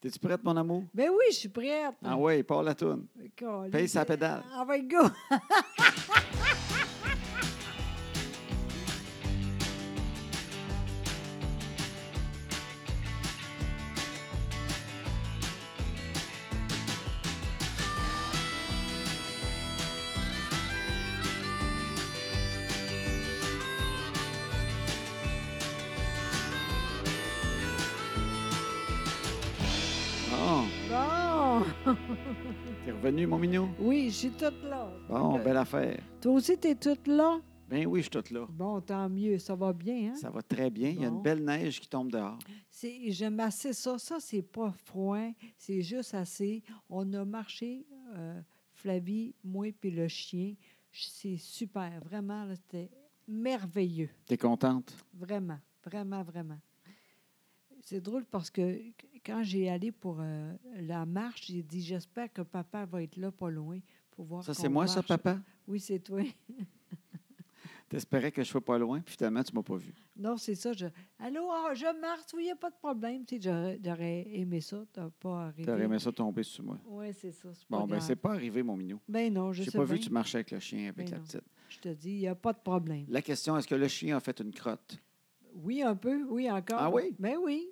T'es-tu prête, mon amour? Ben oui, je suis prête. Ah ouais, parle la toune. Colin. Paye sa pédale. Ah, ben go. Bon, Bon. t'es revenu, mon minou? Oui, je suis toute là. Bon, Euh, belle affaire. Toi aussi, t'es toute là? Ben oui, je suis toute là. Bon, tant mieux. Ça va bien, hein? Ça va très bien. Il y a une Bon. belle neige qui tombe dehors. C'est- J'aime assez ça. Ça, c'est pas froid. C'est juste assez. On a marché, euh, Flavie, moi puis le chien. C'est super. Vraiment, là, c'était merveilleux. T'es contente? Vraiment, vraiment, vraiment. C'est drôle parce que qu- quand j'ai allé pour euh, la marche, j'ai dit j'espère que papa va être là pas loin pour voir. Ça, qu'on c'est moi, ça, marche. papa? Oui, c'est toi. T'espérais que je sois pas loin, puis finalement, tu m'as pas vu. Non, c'est ça. Je... Allô, ah, je marche, oui, il n'y a pas de problème. Tu sais, j'aurais, j'aurais aimé ça, t'as pas arrivé. T'aurais aimé ça tomber sur moi. Oui, c'est ça. c'est pas Bon, ben, grave. c'est pas arrivé, mon minou. Ben non, je J'ai sais pas vu que bien. tu marchais avec le chien, avec Ben la non. petite. Je te dis, il n'y a pas de problème. La question, est-ce que le chien a fait une crotte? Oui, un peu, oui, encore. Ah oui? Ben oui.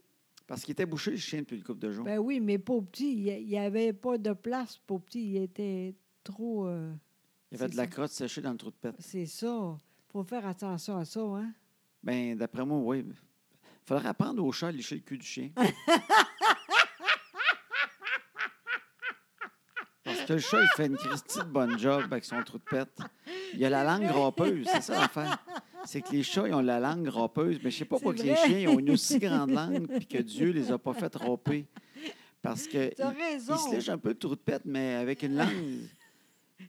Parce qu'il était bouché, le chien, depuis une couple de jours. Ben oui, mais pour petit, il n'y avait pas de place pour petit. Il était trop. euh, Il y avait c'est de la ça. crotte séchée dans le trou de pète. C'est ça. Faut faire attention à ça, hein? Ben, d'après moi, oui. Faudrait apprendre au chat à licher le cul du chien. Parce que le chat, il fait une Christie de bonne job avec son trou de pète. Il a la langue rampeuse, c'est ça l'affaire. C'est que les chats, ils ont la langue rampeuse. Mais je sais pas C'est pourquoi que les vrai. chiens ils ont une aussi grande langue puis que Dieu les a pas fait ramper. Parce que T'as ils- ils raison. se lèchent un peu le trou de pète, mais avec une langue.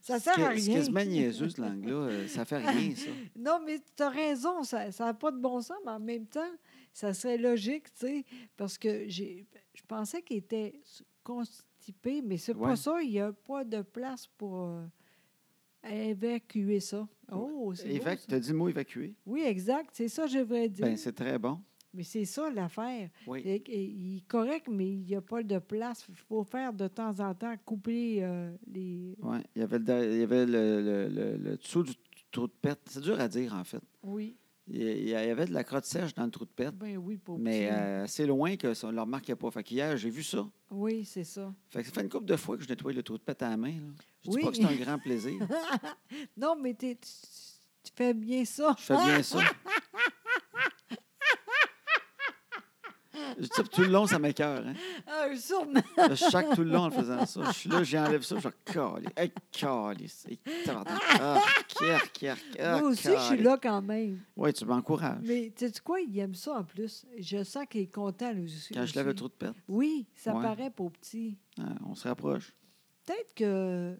Ça sert c'est- à C'est rien. quasiment niaiseux, cette langue-là. Euh, Ça fait rien, ça. Non, mais t'as raison. Ça n'a pas de bon sens, mais en même temps, ça serait logique, tu sais, parce que j'ai, je pensais qu'il était s- constipé, mais c'est Ouais. pas ça. Il n'y a pas de place pour euh, évacuer ça. Oh, c'est beau, Évac, ça. tu as dit le mot évacuer? Oui, exact. C'est ça que je voudrais dire. Ben, c'est très bon. mais c'est ça l'affaire. Oui. C'est que- Il est correct, mais il n'y a pas de place. Il faut faire de temps en temps couper euh, les. Ouais, il y avait, le, der- il y avait le, le- le- le dessous du t- trou de pète. C'est dur à dire, en fait. Oui. Il y il y avait de la crotte sèche dans le trou de pète, Ben oui, pour mais petit. euh, assez loin que ça- on ne le remarquait pas. Fait qu'hier, j'ai vu ça. Oui, c'est ça. Fait que ça fait une couple de fois que je nettoie le trou de pète à la main. là. Je ne dis Oui. pas que c'est un grand plaisir. Non, mais t'es- tu, tu fais bien ça. Je fais bien ça. Je dis ça, puis tout le long, ça m'écœure. Hein? Ah, sûrement. Je chaque tout le long en faisant ça. Je suis là, j'enlève ça, je colle. Hey, calisse. Hey, tabarnak. Ah, kierk, kierk. Ah, Moi aussi, je suis calisse. là quand même. Oui, tu m'encourages. Mais tu sais quoi, il aime ça en plus. Je sens qu'il est content, lui aussi. Quand je lève le aussi. trou de pète, Oui, ça Ouais. paraît pour petit. hein, on se rapproche. Peut-être que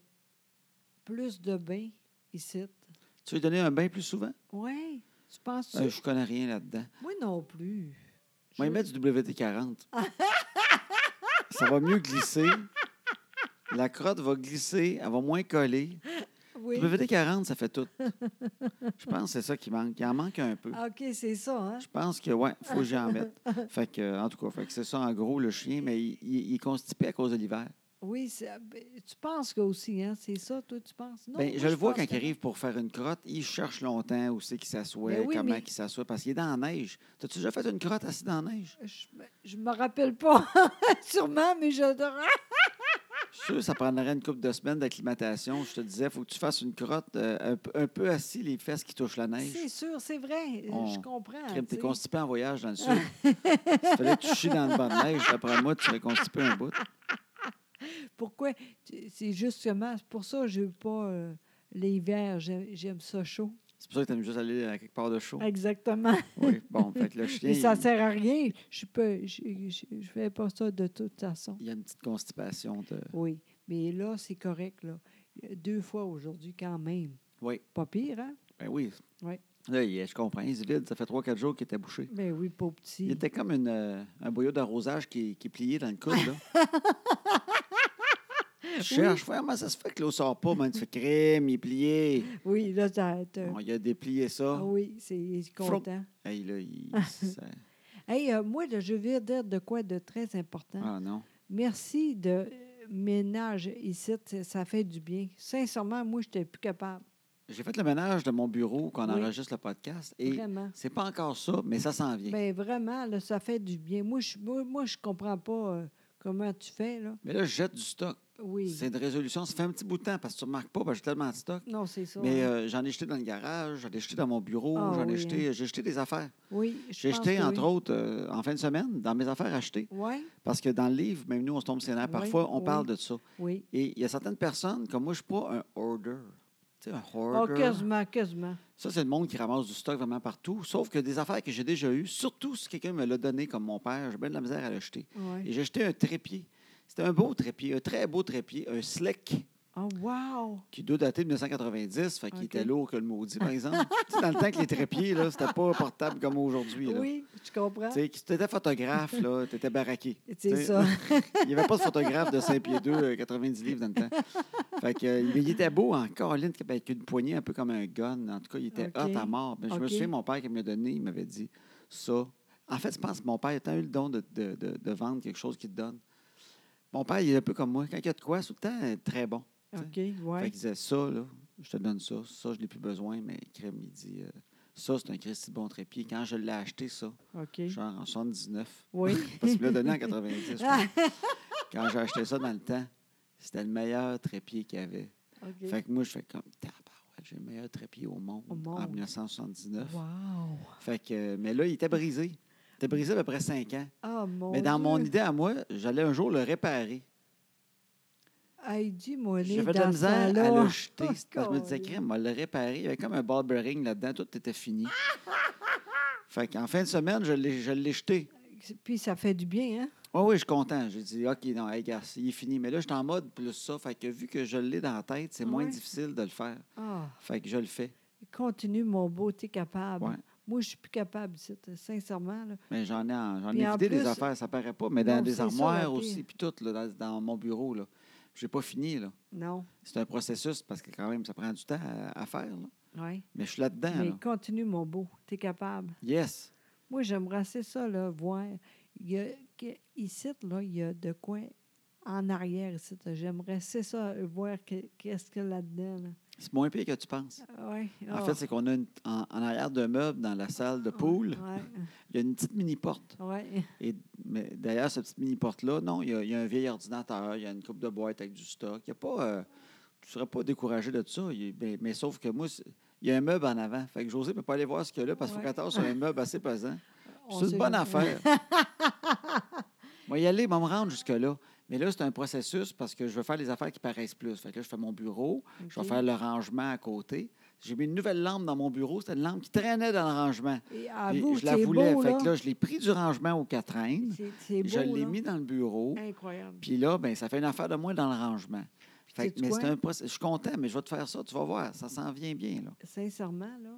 plus de bains ici. Tu veux donner un bain plus souvent? Oui, tu penses Euh, je connais rien là-dedans. Moi non plus. Moi, il Je- met du WD-40. Ça va mieux glisser. La crotte va glisser, elle va moins coller. Oui. WD-40, ça fait tout. Je pense que c'est ça qui manque. Il en manque un peu. Ah, OK, c'est ça, hein? Je pense que, ouais, faut que j'en mette. Fait que, euh, en tout cas, fait que c'est ça, en gros, le chien, mais il, il- il est constipé à cause de l'hiver. Oui, c'est- ben, tu penses que aussi, hein? C'est ça, toi, tu penses? Non, Ben, moi, je le vois pense quand que il arrive pour faire une crotte, il cherche longtemps où c'est qu'il s'assoit, Ben oui, comment mais- qu'il s'assoit, parce qu'il est dans la neige. T'as-tu déjà fait une crotte assis dans la neige? Je, je me rappelle pas, sûrement, mais je Ah, Je suis sûr que ça prendrait une couple de semaines d'acclimatation. Je te disais, faut que tu fasses une crotte euh, un, peu- un peu assis, les fesses qui touchent la neige. C'est sûr, c'est vrai. On- Je comprends. Crème, tu T'es sais. constipé en voyage dans le sud. Il fallait que tu chies dans le banc de neige. Après moi, tu serais constipé un bout. Pourquoi? Tu- C'est justement c'est pour ça que je pas euh, l'hiver. J'ai- J'aime ça chaud. C'est pour ça que t'aimes juste aller à quelque part de chaud. Exactement. Oui, bon, fait que le chien, Mais ça il, sert à rien. Je peux, je, je- je fais pas ça de toute façon. il y a une petite constipation. De... Oui. Mais là, c'est correct. Là. Deux fois aujourd'hui, quand même. Oui, Pas pire, hein? ben oui. Oui. Là, il- je comprends, il se vide. Ça fait 3-4 jours qu'il était bouché. Ben oui, pas petit. Il était comme une, euh, un boyau d'arrosage qui, qui est plié dans le coude. Là. Je cherche, fais, comment ça se fait que l'eau sort pas, man? Tu fais crème, il est plié. Oui, là, t'as. t'as- Bon, il a déplié ça. Euh. Ah oui, c'est il est Frou. content. Hey, là, il- ça- Hey, euh, moi, là, je vais dire de quoi de très important. Ah non. Merci de ménage ici, t- ça fait du bien. Sincèrement, moi, je n'étais plus capable. J'ai fait le ménage de mon bureau quand on Oui. enregistre le podcast et Vraiment. c'est pas encore ça, mais ça s'en vient. Ben, vraiment, là, ça fait du bien. Moi, je moi, moi, je comprends pas euh, comment tu fais, là. Mais là, je jette du stock. Oui. C'est une résolution. Ça fait un petit bout de temps parce que tu ne remarques pas, parce que j'ai tellement de stock. Non, c'est ça. Mais hein. euh, j'en ai jeté dans le garage, j'en ai jeté dans mon bureau, Ah j'en ai oui, jeté, j'ai jeté des affaires. oui, je J'ai pense jeté, que entre oui. autres, euh, en fin de semaine, dans mes affaires achetées. Oui, Parce que dans le livre, même nous, on se tombe sur les nerfs. Oui, Parfois, on oui. parle de ça. oui. Et il y a certaines personnes, comme moi, je ne suis pas un hoarder. Tu sais, un Oh, hoarder. quasiment, quasiment. ça, c'est le monde qui ramasse du stock vraiment partout. Sauf que des affaires que j'ai déjà eues, surtout si quelqu'un me l'a donné, comme mon père, j'ai bien de la misère à le jeter. Ouais. Et j'ai jeté un trépied. C'était un beau trépied, un très beau trépied, un slick Oh, wow! qui doit dater de 1990, fait qu'il OK. était lourd que le maudit, par exemple. Tu sais, dans le temps que les trépieds, là, c'était pas portable comme aujourd'hui. là. Oui, hein. tu comprends? Tu sais, si t'étais photographe, là, t'étais baraqué. Tu C'est sais, ça. Il n'y avait pas de photographe de 5 pieds 2, euh, 90 livres dans le temps. Fait que, euh, il était beau en colline ben, avec une poignée un peu comme un gun. En tout cas, il était OK. hot à mort. Mais je me OK. souviens, mon père qui me l'a donné, il m'avait dit ça. En fait, je pense que mon père a tant eu le don de, de- de- de vendre quelque chose qu'il te donne. Mon père, il est un peu comme moi. Quand il y a de quoi, c'est tout le temps euh, très bon. OK, Fait oui. qu'il disait ça, là, je te donne ça. Ça, je n'ai plus besoin, mais crème, il dit euh, ça, c'est un Christy de bon trépied. Quand je l'ai acheté, ça, OK. genre en 79, Oui. parce qu'il me l'a donné en 90. je pense. Quand j'ai acheté ça dans le temps, c'était le meilleur trépied qu'il y avait. OK. Fait que moi, je fais comme, tabarouette, j'ai le meilleur trépied au monde, Au en monde. 1979. Wow! Fait que, euh, mais là, il était brisé. Il était brisé à peu près 5 ans. Ah, mon mais dans mon Dieu. idée à moi, j'allais un jour le réparer. Hey, dis-moi, les J'avais de la dans ce misère à temps-là. le jeter. Oh, parce que je me disais, Colin. crème, on l'a réparé. Il y avait comme un ball bearing là-dedans. Tout était fini. fait qu'en fin de semaine, je l'ai je l'ai jeté. Puis ça fait du bien, hein? Oui, oui, je suis content. J'ai dit, OK, non, hey, gars, il est fini. Mais là, je suis en mode plus ça. Fait que vu que je l'ai dans la tête, c'est moins Ouais. difficile de le faire. Ah, Fait que je le fais. continue, mon beau, t'es capable. Ouais. Moi, je suis plus capable, ici, t- sincèrement. là. Mais j'en ai, en- j'en Puis ai en vidé des plus- affaires, ça paraît pas. Mais dans Non, c'est des ça, la armoires pire. aussi, puis tout, là, dans, dans mon bureau, là. J'ai pas fini, là. Non, C'est un processus parce que quand même, ça prend du temps à, à faire, là. oui. Mais je suis là-dedans, Mais là. continue, mon beau, t'es capable. Yes. Moi, j'aimerais assez ça, là, voir. Il y a, que- ici, là, il y a de quoi en arrière, ici. là. J'aimerais assez ça, euh, voir que- qu'est-ce qu'il y a là-dedans. là. C'est moins pire que tu penses. Ouais. En Ah, fait, c'est qu'on a une- en, en arrière d'un meuble dans la salle de poule, ouais, il y a une petite mini-porte. ouais. Et mais derrière cette petite mini-porte-là, non, il y, a, il y a un vieil ordinateur, il y a une coupe de boîte avec du stock. Il y a pas, euh, tu ne serais pas découragé de ça. Il est- ben, mais, sauf que moi, c'est- il y a un meuble en avant. Fait que José ne peut pas aller voir ce qu'il y a là parce qu'il faut Ouais. qu'elle tasse sur un meuble assez pesant. On C'est sait une bonne jamais. affaire. Moi, y aller, moi, me rendre jusque-là. Mais là, c'est un processus parce que je veux faire les affaires qui paraissent plus. Fait que là, je fais mon bureau, je vais OK. faire le rangement à côté. J'ai mis une nouvelle lampe dans mon bureau. C'était une lampe qui traînait dans le rangement. Et Et avoue, je la Ah c'est voulais. beau, fait là. que là, je l'ai pris du rangement aux quatraines. C'est- c'est Je beau, l'ai là. mis dans le bureau. Incroyable. Puis là, ben, ça fait une affaire de moins dans le rangement. Fait que- sais-tu mais c'est quoi? un process- Je suis content, mais je vais te faire ça. Tu vas voir. Ça s'en vient bien. Là. Sincèrement, là,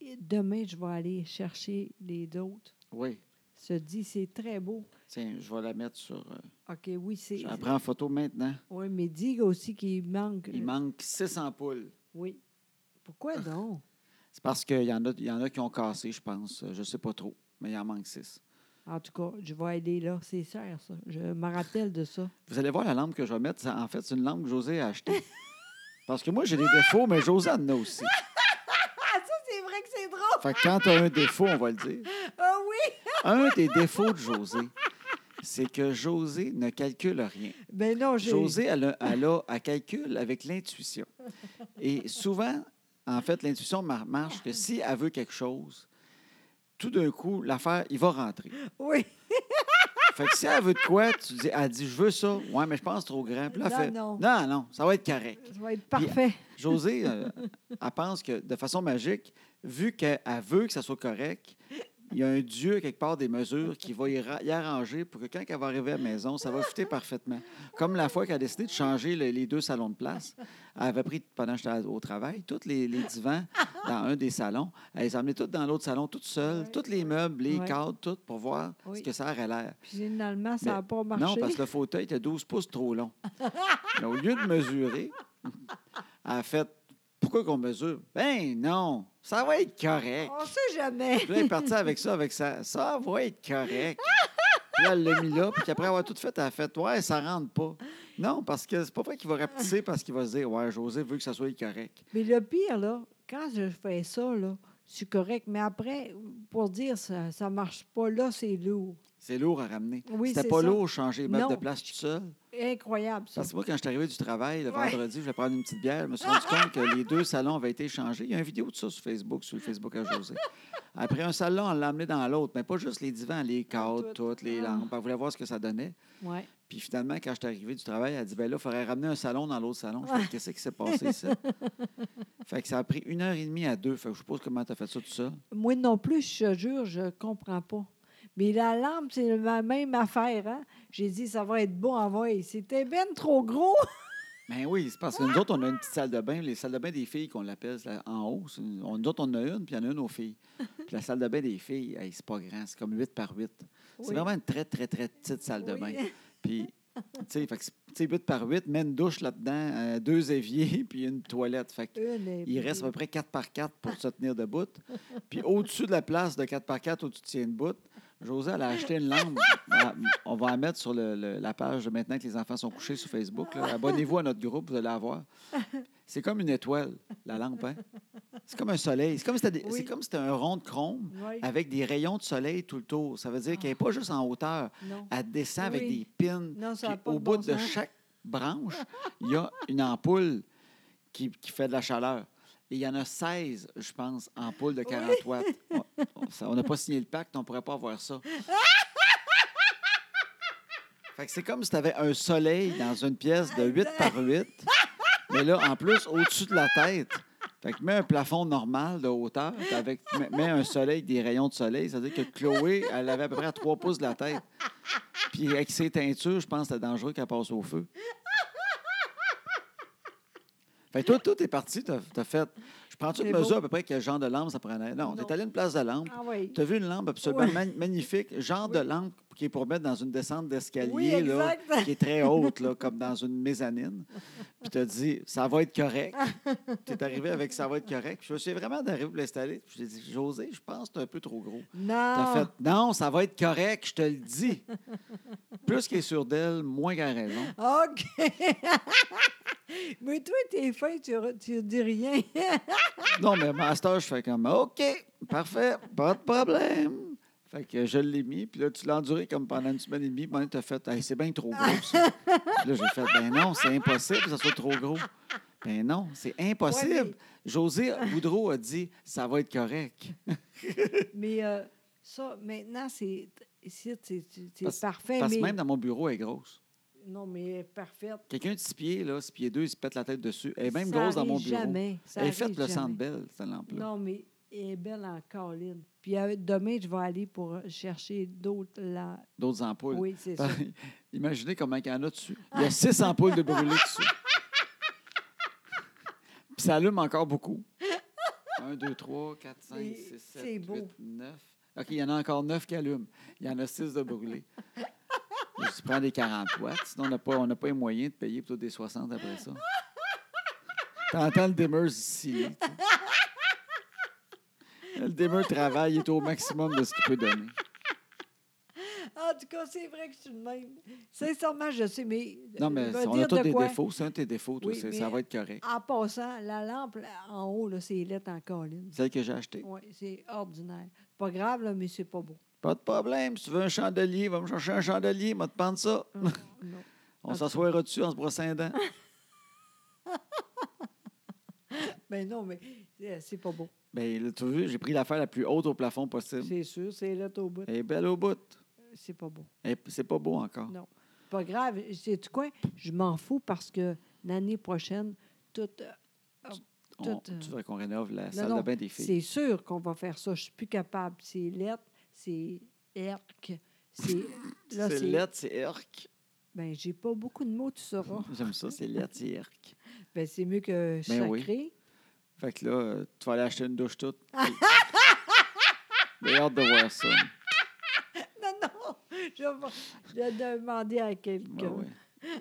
et demain, je vais aller chercher les d'autres. Oui. Se dit, c'est très beau. Tiens, je vais la mettre sur. euh, OK, oui, c'est. je la prends en photo maintenant. Oui, mais dis aussi qu'il manque. Il euh, manque Ah. 6 ampoules. Oui. Pourquoi donc? C'est parce qu'il y, en a- il y en a qui ont cassé, je pense. euh, Je sais pas trop, mais il en manque six. En tout cas, je vais aller là. C'est cher, ça. Je me rappelle de ça. Vous allez voir la lampe que je vais mettre. ça- en fait, c'est une lampe que José a achetée. Parce que moi, j'ai des défauts, mais José en a aussi. C'est vrai que c'est drôle. Fait que quand tu as un défaut, on va le dire. Ah oui! Un des défauts de José, c'est que José ne calcule rien. Ben non, j'ai. José, elle, a- elle, a- elle calcule avec l'intuition. Et souvent, en fait, l'intuition mar- marche que si elle veut quelque chose, tout d'un coup, l'affaire, il va rentrer. Oui. Fait que si elle veut de quoi, tu dis, elle dit, je veux ça. Ouais, mais je pense trop grand. Puis là, elle Non, fait, non. non, non, ça va être correct. Ça va être parfait. José, euh, elle pense que de façon magique, vu qu'elle veut que ça soit correct, il y a un Dieu quelque part des mesures qui va y, ra- y arranger pour que quand elle va arriver à la maison, ça va fitter parfaitement. Comme la fois qu'elle a décidé de changer le- les deux salons de place, elle avait pris, pendant que j'étais à- au travail, tous les, les divans dans un des salons. Elle les a emmenés tous dans l'autre salon, toutes seules, Ouais, tous les meubles, les Ouais. cadres, tout, pour voir Oui. ce que ça aurait l'air. Puis finalement, ça Mais- n'a pas marché. Non, parce que le fauteuil était 12 pouces trop long. Mais au lieu de mesurer, elle a fait Pourquoi qu'on mesure Ben non, ça va être correct. On sait jamais. Puis là, elle est partie avec ça, avec ça. Ça va être correct. Puis là, elle l'a mis là, puis qu'après avoir tout fait, elle a fait Ouais, ça rentre pas. Non, parce que c'est pas vrai qu'il va rapetisser parce qu'il va se dire Ouais, José veut que ça soit correct. Mais le pire, là, quand je fais ça, là, c'est correct. Mais après, pour dire ça, ça marche pas, là, c'est lourd. C'est lourd à ramener. Oui, C'était c'est pas ça. lourd changer les meubles de Non. place tout seul. Incroyable, ça. Parce que moi, quand je suis arrivé du travail le Ouais. vendredi, je vais prendre une petite bière. Je me suis rendu compte que les deux salons avaient été échangés. Il y a une vidéo de ça sur Facebook, sur le Facebook à José. Après un salon, on l'a emmené dans l'autre, mais pas juste les divans, les cadres, Tout. toutes les Ah. lampes. Elle voulait voir ce que ça donnait. Ouais. Puis finalement, quand je suis arrivé du travail, elle dit ben là, il faudrait ramener un salon dans l'autre salon. Je fais qu'est-ce qui s'est passé ici? fait que ça a pris une heure et demie à deux. Fait que je suppose comment tu as fait ça tout ça. Moi non plus, je te jure, je comprends pas. Mais la lampe, c'est la même affaire. Hein? J'ai dit, ça va être bon à voir. C'était ben trop gros. Ben oui, c'est parce que nous autres, on a une petite salle de bain. Les salles de bain des filles qu'on l'appelle c'est là, en haut. c'est une- on- Nous autres, on en a une, puis il y en a une aux filles. Puis la salle de bain des filles, hey, c'est pas grand, c'est comme 8 par 8. C'est Oui. vraiment une très, très, très petite salle de bain. Oui. Puis, tu sais, fait que c'est- tu sais, 8 par 8, mets une douche là-dedans, euh, deux éviers, puis une toilette. Fait que Une est il reste à peu près 4 par 4 pour se tenir debout. Puis au-dessus de la place de 4 par 4 où tu te tiens debout, José, elle a acheté une lampe. Elle- On va la mettre sur le- le- la page de maintenant que les enfants sont couchés sur Facebook. là. Abonnez-vous à notre groupe, vous allez la voir. C'est comme une étoile, la lampe. hein? C'est comme un soleil. C'est comme si c'était des- Oui. c'est comme si c'était un rond de chrome Oui. avec des rayons de soleil tout le tour. Ça veut dire qu'elle n'est pas juste en hauteur. Non. Elle descend avec Oui. des pins. Non, ça Puis a pas au de bout bon de sens. chaque branche, il y a une ampoule qui, qui fait de la chaleur. Et il y en a 16, je pense, ampoules de 40 watts. On- on- ça- On n'a pas signé le pacte, on ne pourrait pas avoir ça. Fait que c'est comme si tu avais un soleil dans une pièce de 8 par 8. Mais là, en plus, au-dessus de la tête, fait que mets un plafond normal de hauteur, puis avec, mets- mets un soleil, avec des rayons de soleil. Ça veut dire que Chloé, elle avait à peu près à 3 pouces de la tête. Puis avec ses teintures, je pense que c'est dangereux qu'elle passe au feu. Fait que toi, tout est parti, t'as as fait. Je prends-tu une C'est beau. mesure à peu près quel genre de lampe ça prenait? Non, Non. t'es allé à une place de lampe. Ah oui. T'as vu une lampe absolument Ouais. man- magnifique, genre de lampe qui est pour mettre dans une descente d'escalier, Oui, là, exact. qui est très haute, là, comme dans une mezzanine. Puis t'as dit, ça va être correct. T'es arrivé avec ça va être correct. Puis je suis vraiment d'arriver pour l'installer. Puis j'ai dit, José, je pense que c'est un peu trop gros. T'as Non. fait non, ça va être correct, je te le dis. Plus qu'elle est sûre d'elle, moins qu'elle a raison. OK. Mais toi, t'es fin, tu, re- tu dis rien. Non, mais master, je fais comme OK, parfait, pas de problème. Fait que je l'ai mis, puis là, tu l'as enduré comme pendant une semaine et demie, puis tu as fait Hey, c'est bien trop gros ça. Puis là, j'ai fait Ben non, c'est impossible que ça soit trop gros. Ben non, c'est impossible. Ouais, mais- José Boudreau a dit ça va être correct. mais euh, ça, maintenant, c'est ici, c'est- c'est c'est Parce- parfait. Parce que mais, même dans mon bureau, elle est grosse. Non, mais parfaite. Quelqu'un de six pieds, là, six pieds deux, il se pète la tête dessus. Elle est même Ça grosse dans mon arrive bureau. Jamais. Ça Elle est arrive faite le jamais. centre belle, cette lampe-là. Non, mais elle est belle en colline. Puis euh, demain, je vais aller pour euh, chercher d'autres. la- D'autres ampoules. Oui, c'est ça. Imaginez comment il y en a dessus. Il y a six ampoules de brûlées dessus. Puis ça allume encore beaucoup. 1, 2, 3, 4, 5, Et 6, c'est 7, beau. 8, 9. OK, il y en a encore 9 qui allument. Il y en a 6 de brûlées. Je dis, prends des 40 watts, sinon on n'a pas, on n'a pas les moyens de payer plutôt des 60 après ça. T'entends le dimmer ici. là, tu sais. Le dimmer travaille, il est au maximum de ce qu'il peut donner. En tout cas, c'est vrai que je suis de même. Sincèrement, je sais, mais. euh, Non, mais je vais on a dire tous de des quoi. défauts. C'est un de tes défauts, toi. Oui, c'est- mais- Ça va être correct. En passant, la lampe là, en haut, là, c'est lettre en colline. Celle que j'ai achetée. Oui, c'est ordinaire. Pas grave, là, mais c'est pas beau. Pas de problème. Si tu veux un chandelier, va me chercher un chandelier. Va te prendre ça. Non, non. On s'assoira dessus en se brossant les dents. Ben non, mais euh, c'est pas beau. Bien, Ben, là, tu vois, j'ai pris l'affaire la plus haute au plafond possible. C'est sûr, c'est lettre au bout. Elle est belle au bout. C'est pas beau. Elle est- C'est pas beau encore. Non. Pas grave. Sais-tu quoi? Je m'en fous parce que l'année prochaine, tout. euh, On- Tout, euh, Tu veux qu'on rénove la non, salle de non, bain des filles. C'est sûr qu'on va faire ça. Je suis plus capable. C'est lettre, c'est erc, c'est. là, C'est lettre, c'est erc. Ben, j'ai pas beaucoup de mots, tu sauras. J'aime ça, c'est lettre, c'est erc. Ben, c'est mieux que Ben oui. sacré. Fait que là, euh, tu vas aller acheter une douche toute. J'ai hâte de voir ça. Non, non, je vais, Bah je vais demander à quelqu'un. Ben oui.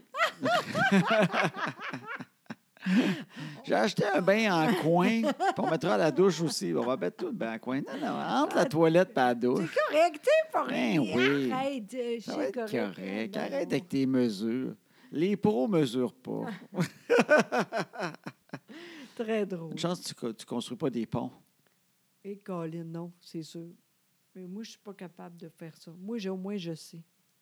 J'ai acheté un bain en coin, puis on mettra la douche aussi. On va mettre tout le bain en coin. Non, non, entre Ah, la toilette et la C'est douche. correct, t'es pas Ben oui. Arrête, euh, je Ça sais va être correct. Ben non. Ah. Arrête avec tes mesures. Les pros ne mesurent pas. Très drôle. Une chance que tu co- tu construis pas des ponts. Et Eh, Colin, non, c'est sûr. Mais moi, je suis pas capable de faire ça. Moi, j'ai- au moins, je sais.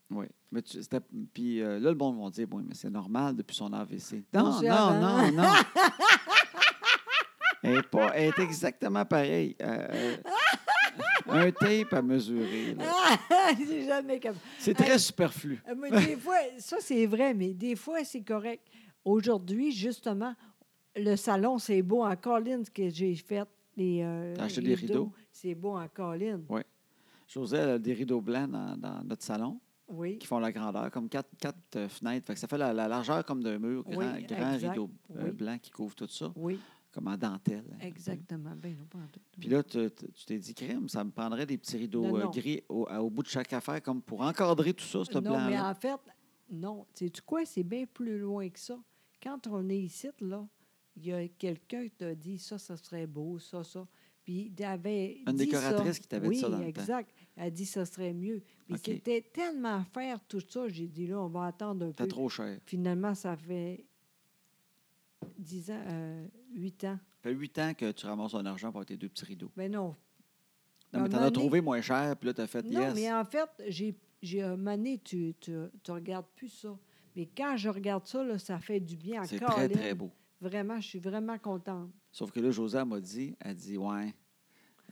Oui. Mais tu- c'était- puis euh, là, le monde va dire, oui, mais c'est normal depuis son AVC. Non, Onze non, heures non, avant. non. Elle est, pas- elle est exactement pareille. Euh, euh, un tape à mesurer. là. Ah, j'ai jamais capable. C'est très superflu. Euh, mais des fois, ça, c'est vrai, mais des fois, c'est correct. Aujourd'hui, justement, le salon, c'est beau en Colin, ce que j'ai fait. Les, euh, T'as acheté des rideaux? C'est beau en Colin. José elle a des rideaux blancs dans, dans notre salon Oui. qui font la grandeur, comme quatre, quatre, euh, fenêtres. Fait que ça fait la, la largeur comme d'un mur, Oui, grand, grand exact. rideau euh, Oui. blanc qui couvre tout ça, Oui, comme en dentelle. hein, un peu. exactement. Ben, non, pas en tout. Puis là, tu tu- tu t'es dit, crème, ça me prendrait des petits rideaux Non, euh, non. gris au, à- au bout de chaque affaire, comme pour encadrer tout ça, ce Non, mais blanc-là. en fait, non. Sais-tu quoi? C'est bien plus loin que ça. Quand on est ici, là, il y a quelqu'un qui t'a dit ça, ça serait beau, ça, ça. Puis il avait Une dit décoratrice ça. qui t'avait dit Oui, ça dans le temps. exact. Elle a dit ça serait mieux. Puis OK. c'était tellement à faire tout ça, j'ai dit là, on va attendre un T'as peu. trop cher. Finalement, ça fait 10 ans, euh, 8 ans. Ça fait huit ans que tu ramasses ton argent pour tes deux petits rideaux. Mais non. Non, mais À un t'en moment as donné- trouvé moins cher, puis là, t'as fait Non, yes. mais en fait, j'ai, j'ai un moment donné, tu, tu, tu regardes plus ça. Mais quand je regarde ça, là, ça fait du bien C'est encore. très, très beau. Vraiment, je suis vraiment contente. Sauf que là, José elle m'a dit, elle dit, ouais.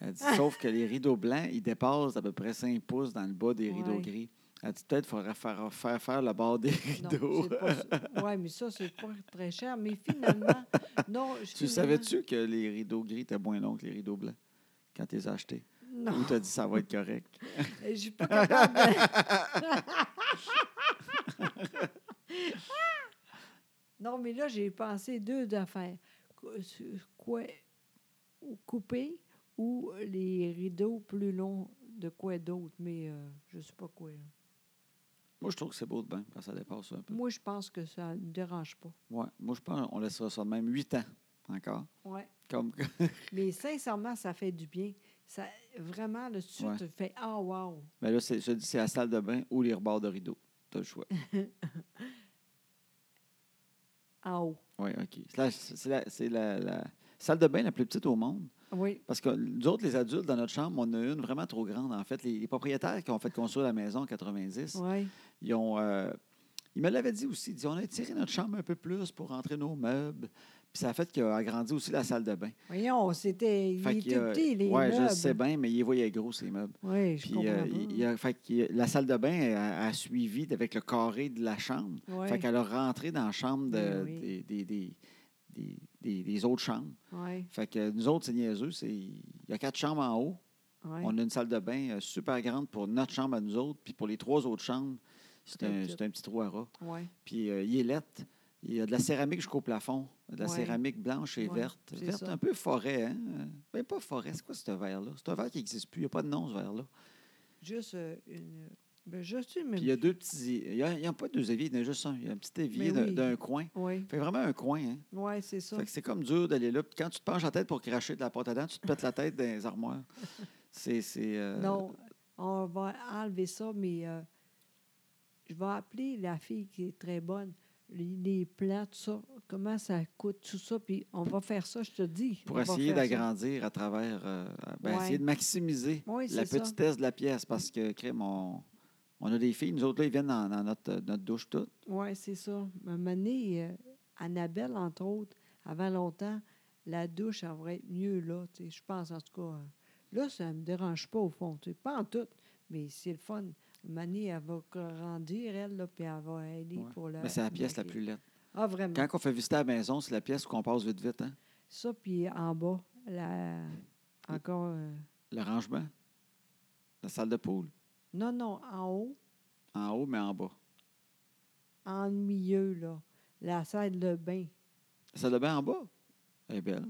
Elle dit, sauf que les rideaux blancs, ils dépassent à peu près 5 pouces dans le bas des rideaux Ouais. gris. Elle dit, peut-être qu'il faudrait faire, faire faire le bord des rideaux. Oui, mais ça, c'est pas très cher. Mais finalement, non. je- tu finalement- savais-tu que les rideaux gris étaient moins longs que les rideaux blancs quand tu les as achetés? Non, Ou t'as dit, ça va être correct? je suis pas capable. de- non, mais là, j'ai pensé deux affaires. Qu- sur Quoi ou couper ou les rideaux plus longs de quoi d'autre, mais euh, je sais pas quoi. là. Moi, je trouve que c'est beau de bain quand ça dépasse un peu. Moi, je pense que ça ne me dérange pas. Ouais. Moi, je pense qu'on laissera ça de même 8 ans encore. Ouais. Comme... Mais sincèrement, ça fait du bien. Ça, vraiment, là, tout de suite, Ouais. tu fais Ah, wow! Mais là, c'est c'est- c'est la salle de bain ou les rebords de rideau. T'as le choix. En haut. Oui, OK. C'est la, c'est la- c'est la- la salle de bain la plus petite au monde. Oui. Parce que nous autres, les adultes, dans notre chambre, on a une vraiment trop grande. En fait, les, les propriétaires qui ont fait construire la maison en 90, Oui. ils ont. euh, ils me l'avaient dit aussi. Ils disaient, on a étiré notre chambre un peu plus pour rentrer nos meubles. Puis ça a fait qu'il a agrandi aussi la salle de bain. Voyons, c'était. Il Fait était qu'il y a- petit, les ouais, meubles. je sais bien, mais ils voyaient gros, ces meubles. Oui, je Puis comprends. euh, pas. il- il a- fait qu'il a- la salle de bain elle a, a suivi avec le carré de la chambre. Ouais, Fait qu'elle a rentré dans la chambre de- Ben oui. des, des- des- des- des- des autres chambres. ouais, Fait que nous autres, c'est niaiseux. c'est- Il y a quatre chambres en haut. ouais. On a une salle de bain euh, super grande pour notre chambre à nous autres. Puis pour les trois autres chambres, c'est Très un, petite. c'est un petit trou à rats. ouais. Puis euh, il est lettre. Il y a de la céramique jusqu'au plafond. De la Ouais. céramique blanche et Ouais, verte. c'est Verte, ça. un peu forêt, hein? Euh, Ben, pas forêt. C'est quoi ce verre-là? C'est un verre qui n'existe plus. Il n'y a pas de nom, ce verre-là. Juste euh, une. Ben, juste une. Puis il y a deux petits. Il n'y a, il y a pas deux éviers, il y en a juste un. Il y a un petit évier Mais d'un- oui. d'un coin. Oui, Fait vraiment un coin, hein? ouais, c'est ça. Fait que c'est comme dur d'aller là. Puis quand tu te penches la tête pour cracher de la pâte à dents, tu te pètes la tête dans les armoires. C'est. c'est, euh, Non, on va enlever ça, mais euh, je vais appeler la fille qui est très bonne. Les, les plans, tout ça, comment ça coûte, tout ça, puis on va faire ça, je te dis. Pour on va essayer faire ça. d'agrandir à travers. euh, ben, Ouais. Essayer de maximiser Oui, la c'est ça. petitesse de la pièce. Parce que, crème, on, on a des filles. Nous autres, là, ils viennent dans, dans notre, euh, notre douche toute. Oui, c'est ça. À un moment donné, euh, Annabelle, entre autres, avant longtemps, la douche, elle va être mieux là, tu sais, je pense, en tout cas. euh, Là, ça ne me dérange pas, au fond, tu sais, pas en tout, mais c'est le fun. Manie, elle va grandir, elle, là, puis elle va aider Ouais. pour la... Mais c'est la pièce la plus laide. Ah, vraiment. Quand on fait visiter la maison, c'est la pièce qu'on passe vite, vite, hein? Ça, puis en bas, la... encore... euh, Le rangement. La salle de poule. Non, non, en haut, En haut, mais en bas. en milieu, là, la salle de bain. La salle de bain en bas. Elle est belle.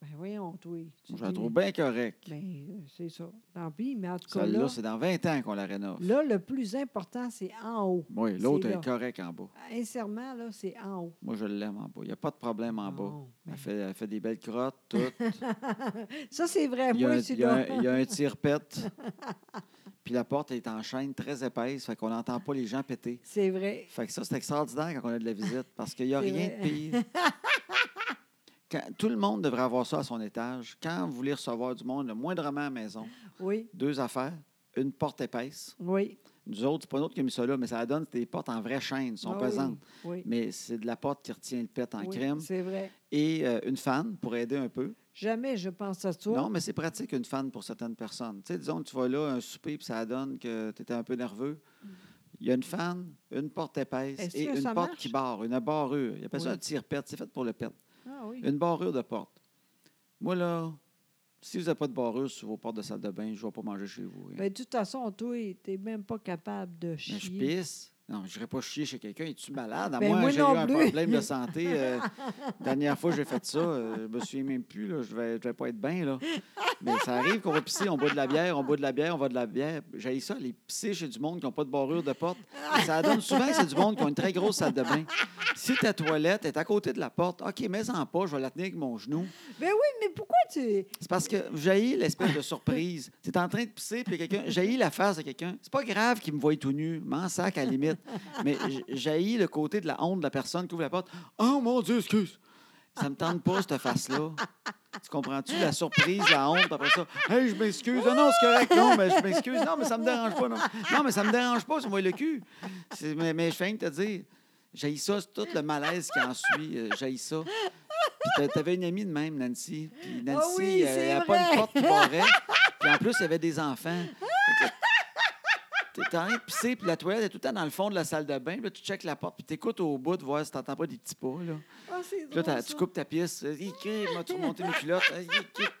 Ben voyons, oui. Je la trouve bien correcte. Mais euh, c'est ça. Tant pis, mais en tout cas, Ben, là, Celle-là, c'est dans 20 ans qu'on la rénove. là, le plus important, c'est en haut. Oui, l'autre c'est est, là. correcte en bas. Sincèrement, là, c'est en haut. Moi, je l'aime en bas. Il n'y a pas de problème en bas. Bon, ben, Elle fait, elle fait des belles crottes, tout. Ça, c'est vrai. Il y a, un, Moi, il tu y a l'as. un- il y a un tire-pète. Puis la porte est en chaîne très épaisse, fait qu'on n'entend pas les gens péter. C'est vrai. Fait que ça, c'est extraordinaire quand on a de la visite, parce qu'il n'y a C'est rien vrai. de pire. Quand- tout le monde devrait avoir ça à son étage. Quand vous voulez recevoir du monde, le moindrement à la maison, Oui, deux affaires, une porte épaisse. oui. Nous autres, c'est pas notre qui a mis ça là, mais ça donne des portes en vraie chaîne, sont Ah oui, pesantes. Oui. Mais c'est de la porte qui retient le pet en oui, crème. C'est vrai. Et euh, une fan pour aider un peu. Jamais je pense à toi. Non, mais c'est pratique une fan pour certaines personnes. Tu sais, disons, que tu vas là, un souper, puis ça donne que tu étais un peu nerveux. Il y a une fan, une porte épaisse Est-ce et que une ça porte qui marche? barre, une barrure. Il appelle ça Oui. un tire-pète, c'est fait pour le pet. Ah oui. Une barrure de porte. Moi, là, si vous n'avez pas de barrure sur vos portes de salle de bain, je ne vais pas manger chez vous. hein. Ben, de toute façon, toi, tu n'es même pas capable de Mais Ben, je chier. pisse. Non, je n'irai pas chier chez quelqu'un. Es-tu malade? À Ben, moi, moi j'ai eu non un plus. problème de santé. euh, dernière fois, j'ai fait ça. euh, je me souviens même plus. Là, je ne vais, je vais pas être bien. là. Mais ça arrive qu'on va pisser, on boit de la bière, on boit de la bière, on va de la bière. J'ai ça, les pisser chez du monde qui n'ont pas de barrure de porte. Et ça donne souvent que c'est du monde qui a une très grosse salle de bain. Si ta toilette est à côté de la porte, OK, mets-en pas, je vais la tenir avec mon genou. Ben oui, mais pourquoi tu. C'est parce que j'ai l'espèce de surprise. Tu en train de pisser, puis quelqu'un. J'ai la face de quelqu'un. C'est pas grave qu'il me voie tout nu. M'en sac à la limite. Mais j'ai le côté de la honte de la personne qui ouvre la porte. Oh mon Dieu, excuse. Ça me tente pas, cette face-là. Tu comprends-tu la surprise, la honte, après ça? Hey, je m'excuse. Ah non, c'est correct. Non, mais je m'excuse. Non, mais ça me dérange pas. Non, non mais ça me dérange pas. Ça me voit le cul. C'est- Mais, mais je fais rien que te dire. J'ai ça, c'est tout le malaise qui en suit. J'ai ça. Puis t'a- t'avais une amie de même, Nancy. Puis Nancy, Ah oui, euh, c'est elle avait pas vrai. une porte qui barrait. Puis en plus, il y avait des enfants. Fait que T'es t'es en train de pisser, puis la toilette est tout le temps dans le fond de la salle de bain. Puis là, tu checkes la porte, puis t'écoutes au bout de voir si t'entends pas des petits pas. Là. Ah, c'est Puis là, t'as- drôle, tu ça. coupes ta pièce. euh, M'as-tu remonté mes culottes? Ah, hi, quitte.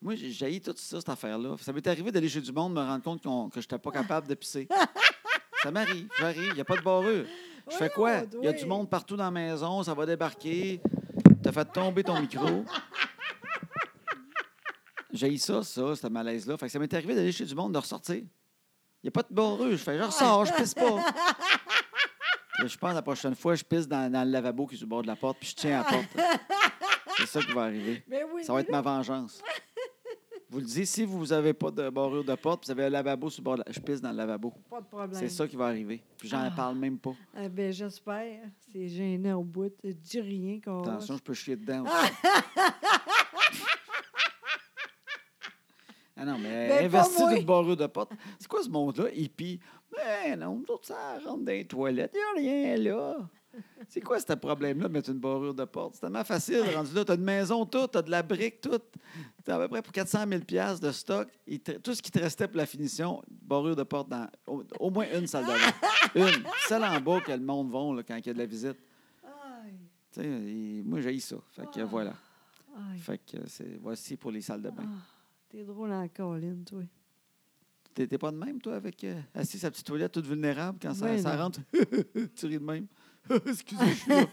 Moi, j'ai jailli tout ça, cette affaire-là. Ça m'est arrivé d'aller chez du monde me rendre compte qu'on- que je n'étais pas capable de pisser. ça m'arrive, j'arrive. Il n'y a pas de barreux. Je fais quoi? Voyons, Il y a du oui. monde partout dans la maison, ça va débarquer. T'as fait tomber ton micro. J'ai ça, ça, ce malaise-là. Fait que ça m'est arrivé d'aller chez du monde, de ressortir. Il n'y a pas de barreux. Je fais, je ressors, je pisse pas. Puis Je pense la prochaine fois, je pisse dans, dans le lavabo qui est sur le bord de la porte, puis je tiens à la porte. C'est ça qui va arriver. Mais Ben oui, Ça va mais être ma vengeance. Vous le dites, si vous n'avez pas de barrure de porte, puis vous avez un lavabo sur le bord de la... Je pisse dans le lavabo. là, pas de problème. C'est ça qui va arriver. Puis j'en Ah. parle même pas. Ah, ben, j'espère. C'est gênant au bout. Dis rien qu'on. Attention, je peux chier dedans aussi. ah non, mais Ben, pas investi moi. d'une barrure de porte. C'est quoi ce monde-là, hippie? Mais non, nous autres, ça rentre dans les toilettes. Il n'y a rien là. C'est quoi ce problème-là de mettre une barrure de porte? C'est tellement facile, rendu là. Tu as une maison toute, tu as de la brique toute. Tu à peu près pour 400 000 de stock. Il te- tout ce qui te restait pour la finition, barrure de porte dans au, au moins une salle de bain. Une. Celle en bas que le monde va là, quand il y a de la visite. Aïe, Tu sais, il- moi, j'ai ça. Fait que Ah. voilà. aïe. Fait que c'est voici pour les salles de bain. Ah, T'es drôle en colline, toi. T'étais pas de même, toi, avec euh, assis sa petite toilette toute vulnérable quand ça, Ben ça non. rentre? tu ris de même. Excusez, je suis là.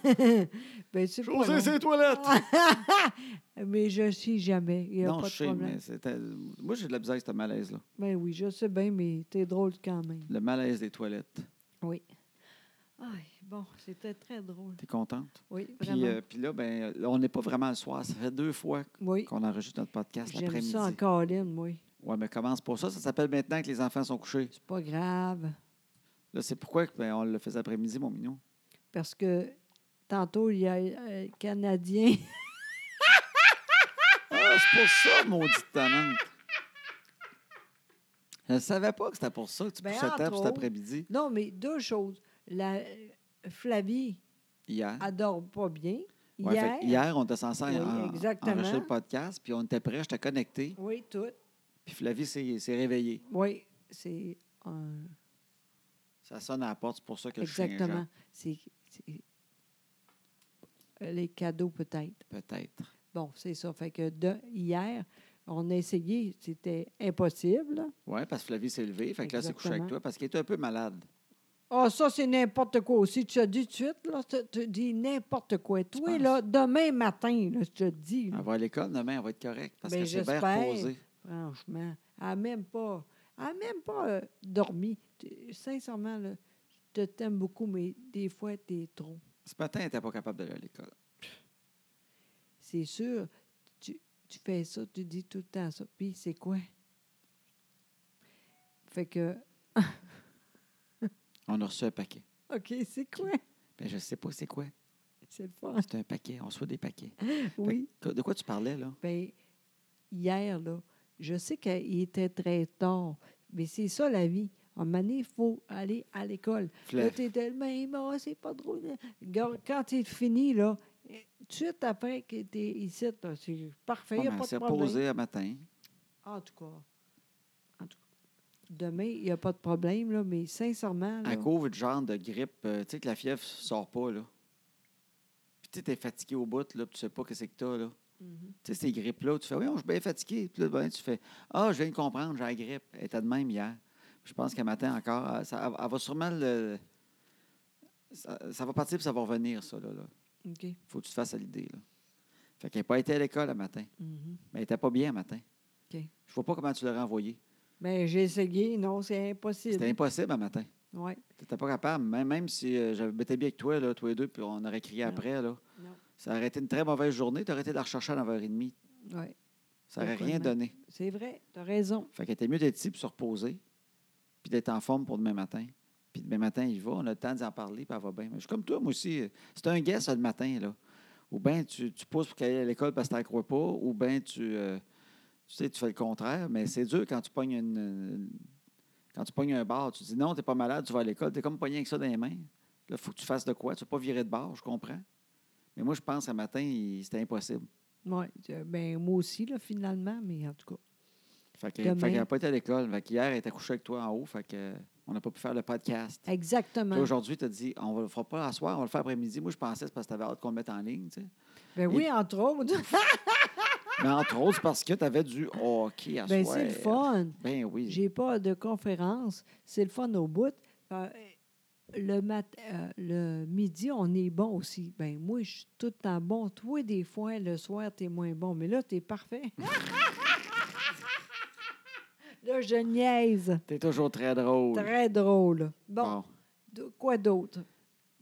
Ben, c'est pas José, long. c'est les toilettes! Mais je sais jamais. Il n'y a non, pas je de sais, mais problème. c'était- moi, j'ai de la bizarre avec ce malaise-là. Ben oui, je sais bien, mais t'es drôle quand même. Le malaise des toilettes. Oui. Aïe, bon, c'était très drôle. T'es contente? Oui, Puis, vraiment. euh, puis là, ben, euh, on n'est pas vraiment le soir. Ça fait deux fois oui, qu'on enregistre notre podcast j'aime l'après-midi. ça en colline, oui. Ouais, mais commence pour ça. Ça s'appelle maintenant que les enfants sont couchés. C'est pas grave, Là, c'est pourquoi que, ben, on le fait après-midi, mon mignon. parce que tantôt, il y a euh, Canadien. Ah, c'est pour ça, maudite tannante. Je ne savais pas que c'était pour ça que tu Ben, poussais ta entre table cet autres. après-midi, Non, mais deux choses. La, euh, Flavie, hier. elle dort pas bien. Ouais, fait Ah, Hier, que on était censé Oui, en- exactement. enregistrer le podcast, puis on était prêts, j'étais connecté, oui, tout. puis Flavie s'est s'est réveillée. Oui, c'est un... Ça sonne à la porte, c'est pour ça que je suis Exactement. ingénieur. C'est c'est- euh, les cadeaux peut-être. Peut-être. Bon, c'est ça. Fait que de, hier, on a essayé, c'était impossible. Oui, parce que Flavie s'est levée, fait que là, c'est couché avec Exactement. toi, parce qu'elle était un peu malade. Ah, ça, c'est n'importe quoi aussi. Tu as dit tout de suite, là, tu, tu dis n'importe quoi. Toi, penses? là, demain matin, là, je te le dis, là, Elle va à l'école demain, elle va être correcte parce Ben, qu'elle s'est bien j'espère. reposée. franchement, elle n'a même pas, elle a même pas euh, dormi. Tu- Sincèrement, là, je te t'aime beaucoup, mais des fois, tu es trop. Ce matin, elle n'était pas capable d'aller à l'école. C'est sûr, tu, tu fais ça, tu dis tout le temps ça. Puis c'est quoi? Fait que, On a reçu un paquet. OK, c'est quoi? Ben, je ne sais pas c'est quoi. C'est le fun. C'est un paquet. On reçoit des paquets. Ah Oui. Fait que, De quoi tu parlais, là? Ben, hier, là, je sais qu'il était très tard, mais c'est ça la vie. En donné, il faut aller à l'école. Là, Fla- tu es tellement émort, c'est pas drôle. Gar- Quand c'est fini, là, eh, tout de suite après que tu es ici, là, c'est parfait, Ouais, il n'y mais Ben, a pas elle de s'est problème. reposée un matin. En tout cas. En tout cas. Demain, il n'y a pas de problème, là, mais sincèrement, là, Elle couvre du genre de grippe. euh, tu sais que la fièvre sort pas, là. Puis tu sais, t'es fatigué au bout, là, puis tu sais pas que c'est que t'as, là. Mhm. Tu sais, ces grippes-là, tu fais, oui, je suis bien fatigué. Puis là, ben, tu fais, ah, je viens de comprendre, j'ai la grippe. Elle était de même hier. Puis Je pense qu'à matin encore, elle- ça, elle- elle va sûrement le. Ça, ça va partir, puis ça va revenir, ça, là. là. OK. Faut que tu te fasses à l'idée, là. Fait qu'elle n'a pas été à l'école le matin. Mhm. Mais elle n'était pas bien le matin. OK. Je vois pas comment tu l'as renvoyée. Ben, j'ai essayé, non, c'est C'était impossible. impossible le matin. Ouais. Tu n'étais pas capable, même, même si euh, j'avais été bien avec toi, là, tous les deux, puis on aurait crié Non. après. Là. Non. Ça aurait été une très mauvaise journée. Tu aurais été de la rechercher à 9h30. Ouais. Ça n'aurait Pourquoi rien demain? donné. C'est vrai, tu as raison. Fait qu'il était mieux d'être ici puis se reposer, puis d'être en forme pour demain matin. Puis demain matin, il va, on a le temps d'en parler, puis elle va bien. Mais je suis comme toi, moi aussi. euh, C'est un guess, ça, le matin. là. Ou bien tu, tu pousses pour qu'elle aille à l'école parce que tu n'en crois pas, ou bien tu, euh, tu sais, tu fais le contraire. Mais c'est dur quand tu pognes une, une- quand tu pognes un bar. Tu dis non, tu n'es pas malade, tu vas à l'école. Tu es comme pogné avec ça dans les mains. Là, il faut que tu fasses de quoi. Tu ne vas pas virer de bar, je comprends. Mais moi, je pense qu'un matin, il- c'était impossible. Ouais. euh, Ben, moi aussi, là, finalement, mais en tout cas. Fait que- fait Demain. qu'elle n'a pas été à l'école. Fait qu'hier, elle était couchée avec toi en haut. Fait que, euh, on n'a pas pu faire le podcast. Puis Exactement. Aujourd'hui, tu as dit, on ne le fera pas à soir, on va le faire après-midi. Moi, je pensais que c'est parce que tu avais hâte qu'on le mette en ligne. tu sais. Ben oui, entre autres. Mais entre autres, c'est parce que tu avais du hockey à ben, soir. c'est le fun. Ben oui. J'ai pas de conférence. C'est le fun au bout. Euh, le, mat- euh, le midi, on est bon aussi. Ben moi, je suis tout le temps bon. Toi, des fois, le soir, tu es moins bon. Mais là, tu es parfait. là, je niaise. Tu es toujours très drôle. Très drôle. Bon, Bon. de- quoi d'autre?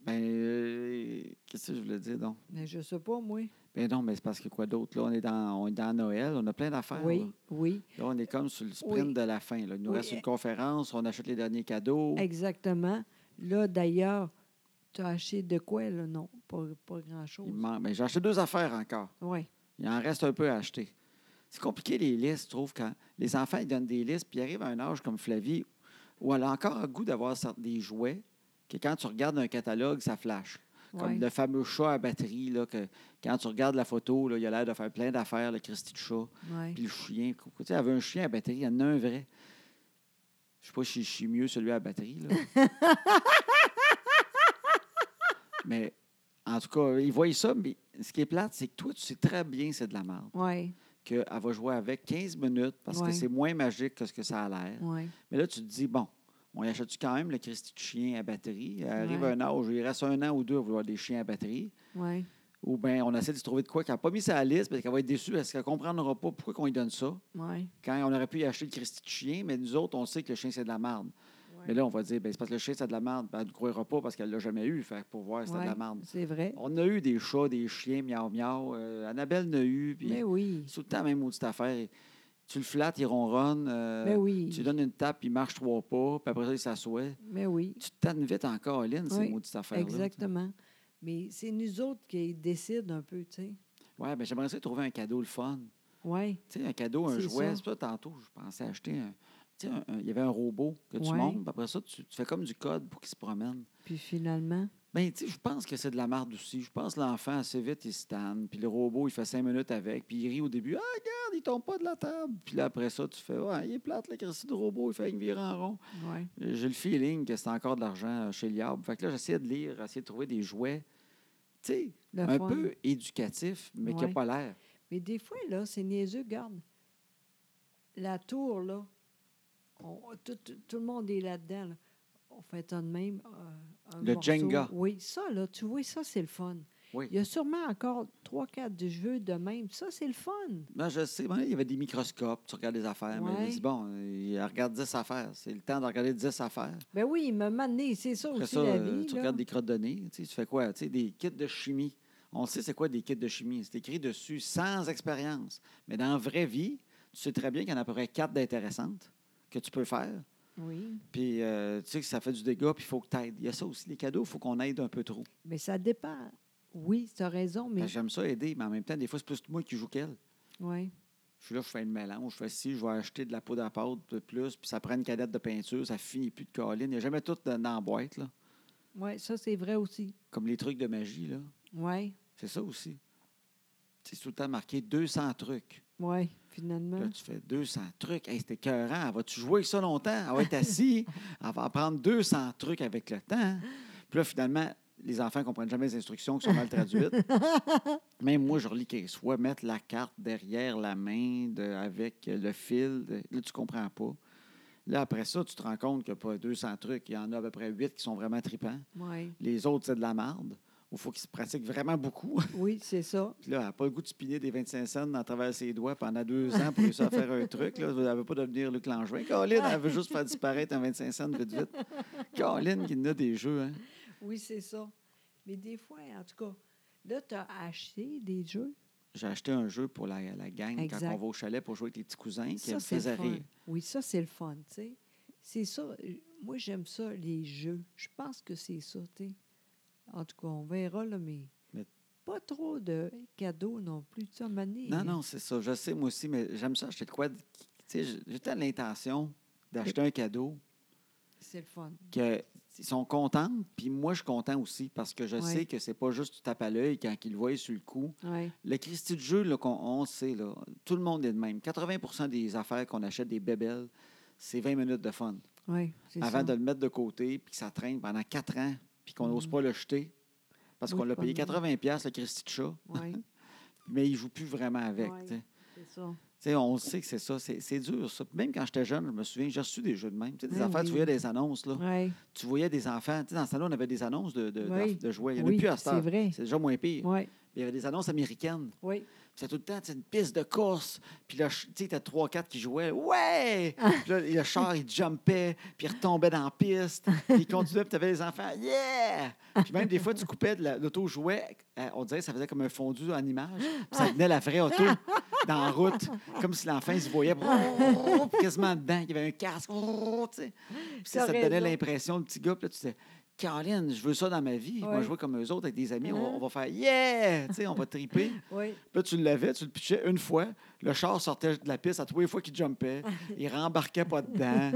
Ben, euh, qu'est-ce que je voulais dire, donc? Ben, je sais pas, moi. Ben non, mais c'est parce que quoi d'autre? Là, on est, dans, on est dans Noël, on a plein d'affaires. oui, Là. oui, Là, on est comme sur le sprint Oui. de la fin. là. Il nous Oui. reste une conférence, on achète les derniers cadeaux. exactement. Là, d'ailleurs, tu as acheté de quoi, là? Non, pas, pas Il grand-chose. manque. Ben, j'ai acheté deux affaires encore. Oui, Il en reste un peu à acheter. C'est compliqué, les listes, je trouve, quand les enfants, ils donnent des listes, puis ils arrivent à un âge comme Flavie, où elle a encore un goût d'avoir certes- des jouets, que quand tu regardes un catalogue, ça flash. Comme oui. le fameux chat à batterie, là, que quand tu regardes la photo, là, il a l'air de faire plein d'affaires, le Christy de chat, Ouais. puis le chien. Tu sais, elle veut un chien à batterie, il y en a un vrai. Je sais pas si je suis mieux celui à batterie, là. mais en tout cas, ils voient ça, mais ce qui est plate, c'est que toi, tu sais très bien c'est de la merde Oui, qu'elle va jouer avec 15 minutes parce Ouais. que c'est moins magique que ce que ça a l'air. oui. Mais là, tu te dis, bon, on y achète quand même le Christy de chien à batterie? Elle arrive Ouais. à un âge où il reste un an ou deux à vouloir des chiens à batterie. Oui, Ou bien on essaie de se trouver de quoi qu'elle n'a pas mis sa liste parce qu'elle va être déçue parce qu'elle ne comprendra pas pourquoi qu'on lui donne ça. oui. Quand on aurait pu y acheter le Christy de chien, mais nous autres, on sait que le chien, c'est de la merde. Ouais. Mais là, on va dire, ben, c'est parce que le chien, c'est de la merde. Ben, elle ne croira pas parce qu'elle ne l'a jamais eu fait, que pour voir si c'est de la Ouais, merde. C'est vrai. On a eu des chats, des chiens, miaou miaou. Euh, Annabelle n'a eu. puis- Mais oui. c'est tout le temps la même maudite affaire. Et Tu le flattes, il ronronne. euh, Mais oui. Tu lui donnes une tape, il marche trois pas, puis après ça, il s'assoit. Mais oui. Tu te tannes vite encore, Lynn, ces Oui, maudites affaires-là. Exactement. Mais c'est nous autres qui décident un peu, tu sais. Ouais, mais j'aimerais ça trouver un cadeau le fun. Oui. Tu sais, un cadeau, un C'est jouet. ça. C'est pour ça, tantôt, je pensais acheter un. Tu sais, un- un- il y avait un robot que tu Ouais. montes, puis après ça, tu, tu fais comme du code pour qu'il se promène. Puis finalement, Bien, tu sais, je pense que c'est de la marde aussi. Je pense que l'enfant, assez vite, il se tanne. Puis le robot, il fait cinq minutes avec. Puis il rit au début. Ah, regarde, il tombe pas de la table. Puis là, après ça, tu fais, ouais, il est plate, le Christy de robot, il fait une vire en rond. oui. J'ai le feeling que c'est encore de l'argent euh, chez Liab. Fait que là, j'essayais de lire, essayer de trouver des jouets, tu sais, Le un fun. peu éducatifs, mais qui n'ont Ouais. pas l'air. Mais des fois, là, c'est niaiseux, garde. La tour, là, on- tout, tout- tout le monde est là-dedans. là. on fait ça de même. euh, un Le morceau. Jenga. Oui, ça, là, tu vois, ça, c'est le fun. Oui. Il y a sûrement encore trois, quatre de jeux de même. Ça, c'est le fun. Non, Ben, je sais, bon, il y avait des microscopes, tu regardes les affaires, mais Ouais. je dis, bon, il regarde 10 affaires. C'est le temps de regarder 10 affaires. Ben oui, me donné, c'est ça Après aussi ça, la euh, vie. tu là. regardes des crottes de nez. Tu, sais, tu fais quoi? Tu sais, des kits de chimie. On sait c'est quoi des kits de chimie. C'est écrit dessus sans expérience. Mais dans la vraie vie, tu sais très bien qu'il y en a à peu près quatre d'intéressantes que tu peux faire. Oui. Puis euh, tu sais que ça fait du dégât, puis il faut que tu aides. Il y a ça aussi, les cadeaux, il faut qu'on aide un peu trop. Mais ça dépend. Oui, tu as raison, Parce mais. que J'aime ça aider, mais en même temps, des fois, c'est plus moi qui joue qu'elle. Ouais. Je suis là, je fais le mélange, je fais ci, je vais acheter de la poudre à pâte de plus, puis ça prend une cadette de peinture, ça finit plus de colline. Il n'y a jamais tout dans dans la boîte, là. Oui, ça, c'est vrai aussi. Comme les trucs de magie, là. Oui, C'est ça aussi. C'est tout le temps marqué 200 trucs. oui, Puis finalement. Là, tu fais 200 trucs. Hey, c'est écœurant. Elle va-tu jouer avec ça longtemps? Elle va être assise. Elle va apprendre 200 trucs avec le temps. Puis là, finalement, les enfants ne comprennent jamais les instructions qui sont mal traduites. Même moi, je relis 15 fois, mettre la carte derrière la main de- avec le fil. de- Là, tu comprends pas. Là, après ça, tu te rends compte qu'il n'y a pas 200 trucs. Il y en a à peu près 8 qui sont vraiment tripants. Oui, Les autres, c'est de la marde. Il faut qu'ils se pratiquent vraiment beaucoup. oui, c'est ça. Puis là, elle n'a pas le goût de spinner des 25 cents à travers ses doigts pendant deux ans pour réussir à faire un truc. Là. Elle ne veut pas devenir Luc Langevin. Colin, elle veut juste faire disparaître un 25 cents vite, vite. Colin, qui en a des jeux. Hein. Oui, c'est ça. Mais des fois, en tout cas, là, tu as acheté des jeux. J'ai acheté un jeu pour la, la gang Exact. quand on va au chalet pour jouer avec les petits cousins qui me Ça, c'est le faisaient fun. rire. Oui, ça, c'est le fun, tu sais. C'est ça. euh, Moi, j'aime ça, les jeux. Je pense que c'est ça, tu sais. En tout cas, on verra, là, mais, Mais- pas trop de cadeaux non plus. Tu sais, à un moment donné, Non, non, c'est ça. Je sais, moi aussi, mais j'aime ça. Acheter de quoi. de- Tu sais, j'ai- j'ai tant l'intention d'acheter un cadeau C'est le fun. que ils sont contents, puis moi, je suis content aussi parce que je Ouais. sais que c'est pas juste tu tapes à l'œil quand ils le voient sur le coup. Oui, Le Christie de jeu, là, qu'on on sait, là, tout le monde est de même. 80 des affaires qu'on achète, des bébelles, c'est 20 minutes de fun. oui, c'est Avant ça. de le mettre de côté, puis que ça traîne pendant 4 ans, puis qu'on Mhm. n'ose pas le jeter, parce Oui, qu'on l'a pas payé de 80 pièces le Christie de chat, Oui, mais il joue plus vraiment avec. Ouais. tu sais. c'est ça. Tu sais, on sait que c'est ça, c'est c'est dur. ça. Même quand j'étais jeune, je me souviens, j'ai reçu des jeux de même. Tu sais, des Ah affaires, oui. tu voyais des annonces, là. Oui, tu voyais des enfants. Tu sais, dans le salon, on avait des annonces de, de, Oui. de jouets. Il n'y en a oui plus à cette c'est heure. vrai. C'est déjà moins pire. Oui, Il y avait des annonces américaines. oui. C'était tout le temps, c'est une piste de course. Puis là, tu sais, t'as trois, quatre qui jouaient. Ouais! Ah. Puis là, le char, il jumpait, puis il retombait dans la piste. Puis il continuait, puis t'avais les enfants. Yeah! Puis même des fois, tu coupais de la- l'auto-jouet. euh, on dirait que ça faisait comme un fondu en image. Puis ça venait la vraie auto dans la route, comme si l'enfant, il se voyait brrr, quasiment dedans. Il y avait un casque. brrr, tu sais. Puis ça, ça T'as te donnait raison. l'impression, le petit gars, puis là, tu disais. Caroline, je veux ça dans ma vie. Moi, Ouais. je vois comme eux autres avec des amis. Hein? On, on va faire Yeah! Tu sais, on va triper. Oui, Puis Là, tu l'avais, tu le pitchais une fois. Le char sortait de la piste à tous les fois qu'il jumpait. Il rembarquait pas dedans.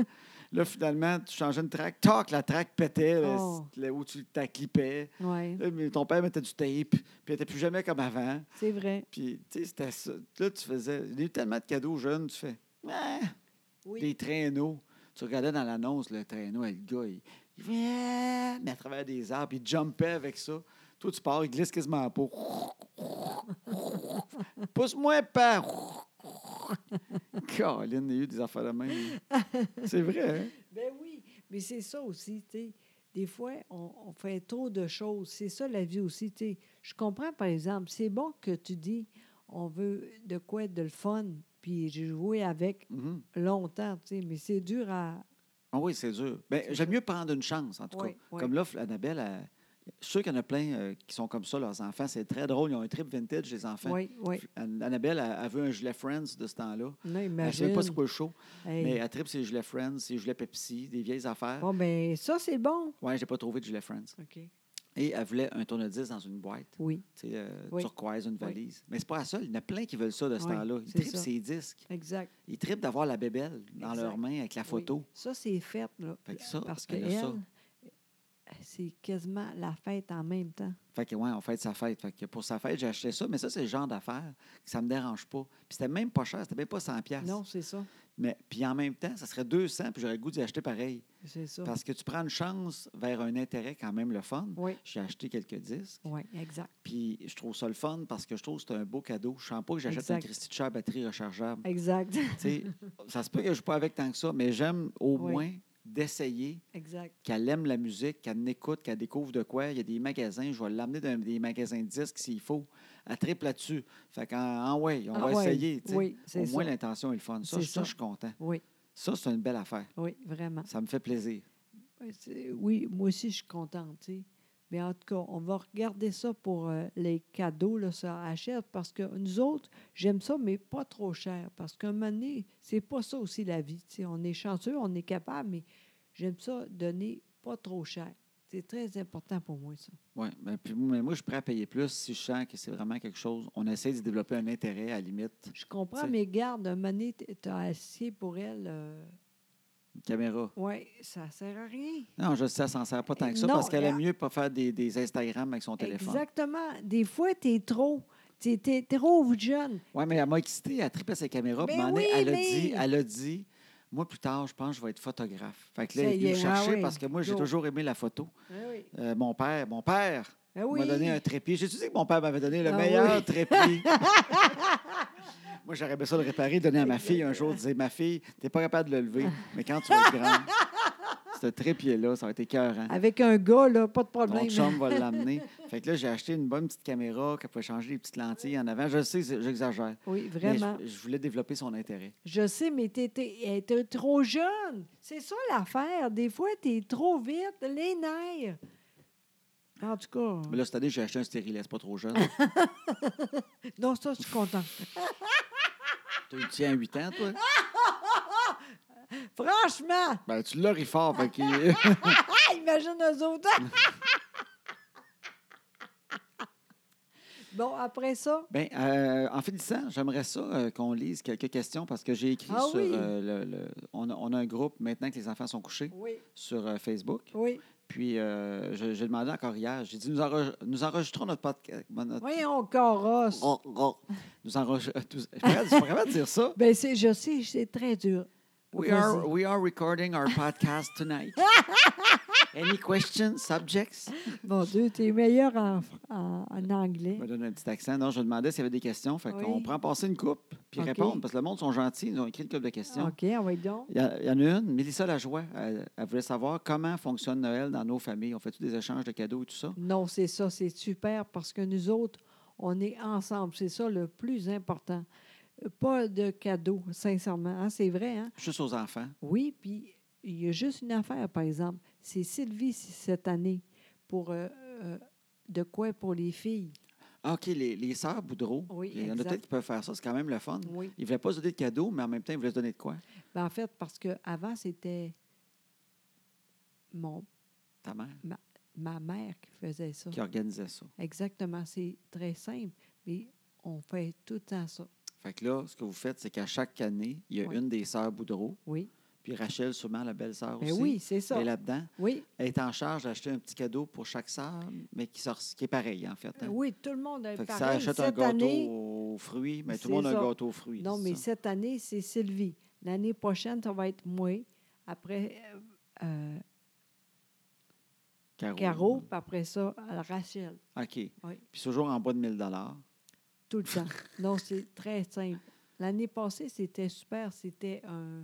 Là, finalement, tu changeais une track. Toc, la track pétait là, Oh. là où tu la clippais. oui, Là, mais ton père mettait du tape. Puis elle était plus jamais comme avant. c'est vrai. Puis, tu sais, c'était ça. Là, tu faisais. Il y a eu tellement de cadeaux jeunes, tu fais. Ah, Oui, Des traîneaux. Tu regardais dans l'annonce, le traîneau, et le gars, il. il fait, Ah, mais à travers des arbres, il jumpait avec ça. Toi, tu pars, il glisse quasiment pas. Pousse-moi pas. Caroline, il y a eu des affaires de même. C'est vrai, hein? ben oui. Mais c'est ça aussi, tu sais. Des fois, on, on fait trop de choses. C'est ça la vie aussi, tu sais. Je comprends, par exemple, c'est bon que tu dis, on veut de quoi être de le fun, puis j'ai joué avec Mhm. longtemps, tu sais, mais c'est dur à... Ah oui, c'est dur. Ben, J'aime mieux prendre une chance, en tout Oui, cas. oui. Comme là, Annabelle, elle- je suis sûr qu'il y en a plein euh, qui sont comme ça, leurs enfants. C'est très drôle. Ils ont un trip vintage, les enfants. oui, oui. Ann- Annabelle, elle, elle veut un gilet Friends de ce temps-là. Non, Elle ne imagine. savait pas c'est quoi le show, Hey. mais euh, elle tripe ses gilets Friends, ses gilets Pepsi, des vieilles affaires. Bon, ben ça, c'est bon. Ouais, j'ai pas trouvé de gilet Friends. OK. Et elle voulait un tourne-disque dans une boîte, Oui, tu sais, euh, Oui. turquoise, une valise. Mais c'est pas la seule. Il y en a plein qui veulent ça de ce Oui, temps-là. Ils c'est tripent ça. ses disques. exact. Ils tripent d'avoir la bébelle dans Exact. leurs mains avec la photo. Oui. Ça, c'est fait, là. Fait que ça, Parce que elle a ça. elle, c'est quasiment la fête en même temps. Fait que, ouais, on fête sa fête. Fait que pour sa fête, j'ai acheté ça, mais ça, c'est le genre d'affaires que ça me dérange pas. Puis c'était même pas cher, c'était même pas 100$. piastres. Non, c'est ça. Mais, puis en même temps, ça serait 200$, puis j'aurais le goût d'y acheter pareil. C'est ça. Parce que tu prends une chance vers un intérêt quand même le fun. Oui, J'ai acheté quelques disques, oui, exact. puis je trouve ça le fun parce que je trouve que c'est un beau cadeau. Je sens pas que j'achète un Exact. Christy de Chair batterie rechargeable. Exact. Tu sais, ça se peut que je ne joue pas avec tant que ça, mais j'aime au Oui. moins d'essayer, Exact. qu'elle aime la musique, qu'elle n'écoute, qu'elle découvre de quoi. Il y a des magasins, je vais l'amener dans des magasins de disques s'il faut. Elle triple là-dessus. Fait qu'en en ouais, on Ah va ouais, essayer. tu sais. Oui, Au c'est moins, ça. l'intention est le fun. Ça, C'est je- ça, ça. je suis content. Oui, Ça, c'est une belle affaire. oui, vraiment. Ça me fait plaisir. Euh, c'est- Oui, moi aussi, je suis contente. tu sais. Mais en tout cas, on va regarder ça pour euh, les cadeaux, là, ça achète, parce que nous autres, j'aime ça, mais pas trop cher. Parce qu'à un moment donné, c'est pas ça aussi la vie. tu sais. On est chanceux, on est capable, mais j'aime ça donner pas trop cher. C'est très important pour moi, ça. Oui, mais puis moi, moi, je suis prêt à payer plus si je sens que c'est vraiment quelque chose. On essaie de développer un intérêt à la limite. Je comprends, T'sais. mais garde, un moment donné, t- t'as assez pour elle. euh, Une caméra. oui, ça sert à rien. Non, je sais, elle s'en sert pas tant que ça Non, parce qu'elle aime elle- mieux pas faire des, des Instagram avec son téléphone. Exactement. Des fois, t'es trop. T'es t'es trop jeune. Oui, mais elle m'a excité, elle trippait ses caméras. puis Mais à un moment donné, oui, elle, a mais- dit, elle a dit, moi, plus tard, je pense que je vais être photographe. Fait que là, Ça elle est y venue me est, ah chercher oui, parce que moi, j'ai go. toujours aimé la photo. Eh oui. Euh, mon père, mon père Ah m'a donné un trépied. J'ai-tu dit que mon père m'avait donné le Ah meilleur oui. trépied? moi, j'aurais aimé ça le réparer, donner à ma fille un jour, disais, ma fille, t'es pas capable de le lever, mais quand tu vas être grande, ce trépied-là, ça va être écœurant. Avec un gars, là, pas de Mon problème. chum va l'amener. Fait que là, j'ai acheté une bonne petite caméra qui pouvait changer les petites lentilles en avant. Je sais, c'est- j'exagère. Oui, mais je- vraiment. Je, voulais développer son intérêt. Je sais, mais t'es t'es- elle était trop jeune. C'est ça l'affaire. Des fois, t'es trop vite, les nerfs. En tout cas, Mais là, cette année, j'ai acheté un stérilet, c'est pas trop jeune. non, ça, je suis contente. T'as eu- tu tiens à 8 ans, toi? Franchement, Ben, tu l'as ri fort, fait qu'il- ah, imagine eux autres. bon, après ça, Ben, euh, en finissant, j'aimerais ça euh, qu'on lise quelques questions parce que j'ai écrit Ah sur oui. euh, le, le- on, a, on a un groupe maintenant que les enfants sont couchés oui, sur euh, Facebook. oui. Puis euh, je- j'ai demandé encore hier, j'ai dit nous, enre- nous enregistrons notre podcast. Voyons, Coros. Nous enregistrons. Je suis pas capable- je suis pas capable de dire ça. Ben, c'est, je sais, c'est très dur. We Vas-y. are, we are recording our podcast tonight. Any questions, subjects? Mon Dieu, t'es meilleur en, en- en anglais. Je me donne un petit accent. Non, je demandais s'il y avait des questions. Fait Oui. qu'on prend passer une coupe puis OK. répondre parce que le monde sont gentils. Ils nous ont écrit une couple de questions. OK, on va y donc. Il y, a- il y en a une, Mélissa Lajoie, elle, elle voulait savoir comment fonctionne Noël dans nos familles. On fait-tu des échanges de cadeaux et tout ça? Non, c'est ça, c'est super parce que nous autres, on est ensemble. C'est ça le plus important. Pas de cadeaux, sincèrement. hein, c'est vrai, hein? Juste aux enfants. Oui, puis il y a juste une affaire, par exemple. C'est Sylvie c- cette année pour euh, euh, de quoi pour les filles. Ah, OK, les, les sœurs Boudreau, Oui, il y en a exact. peut-être qui peuvent faire ça, c'est quand même le fun. Oui. Ils ne voulaient pas se donner de cadeaux, mais en même temps, ils voulaient se donner de quoi? Ben, en fait, parce qu'avant, c'était mon, Ta mère ma mère qui faisait ça. qui organisait ça. Exactement, c'est très simple, mais on fait tout le temps ça. Fait que là, ce que vous faites, c'est qu'à chaque année, il y a Oui. une des sœurs Boudreau, Oui. puis Rachel, sûrement la belle-sœur Ben aussi. oui, c'est ça. Elle est là-dedans. Oui, Elle est en charge d'acheter un petit cadeau pour chaque sœur, mais qui, sort, qui est pareil, en fait. hein. Ben oui, tout le monde a Fait que pareil. ça achète un cette gâteau année, aux fruits, mais tout c'est le monde a ça. un gâteau aux fruits. non, c'est mais ça. cette année, c'est Sylvie. L'année prochaine, ça va être moi. Après, euh, euh, Caro. Caro, puis après ça, euh, Rachel. OK. Puis Oui. c'est toujours en bas de 1000 dollars. Tout le temps. Non, c'est très simple. L'année passée, c'était super. C'était un,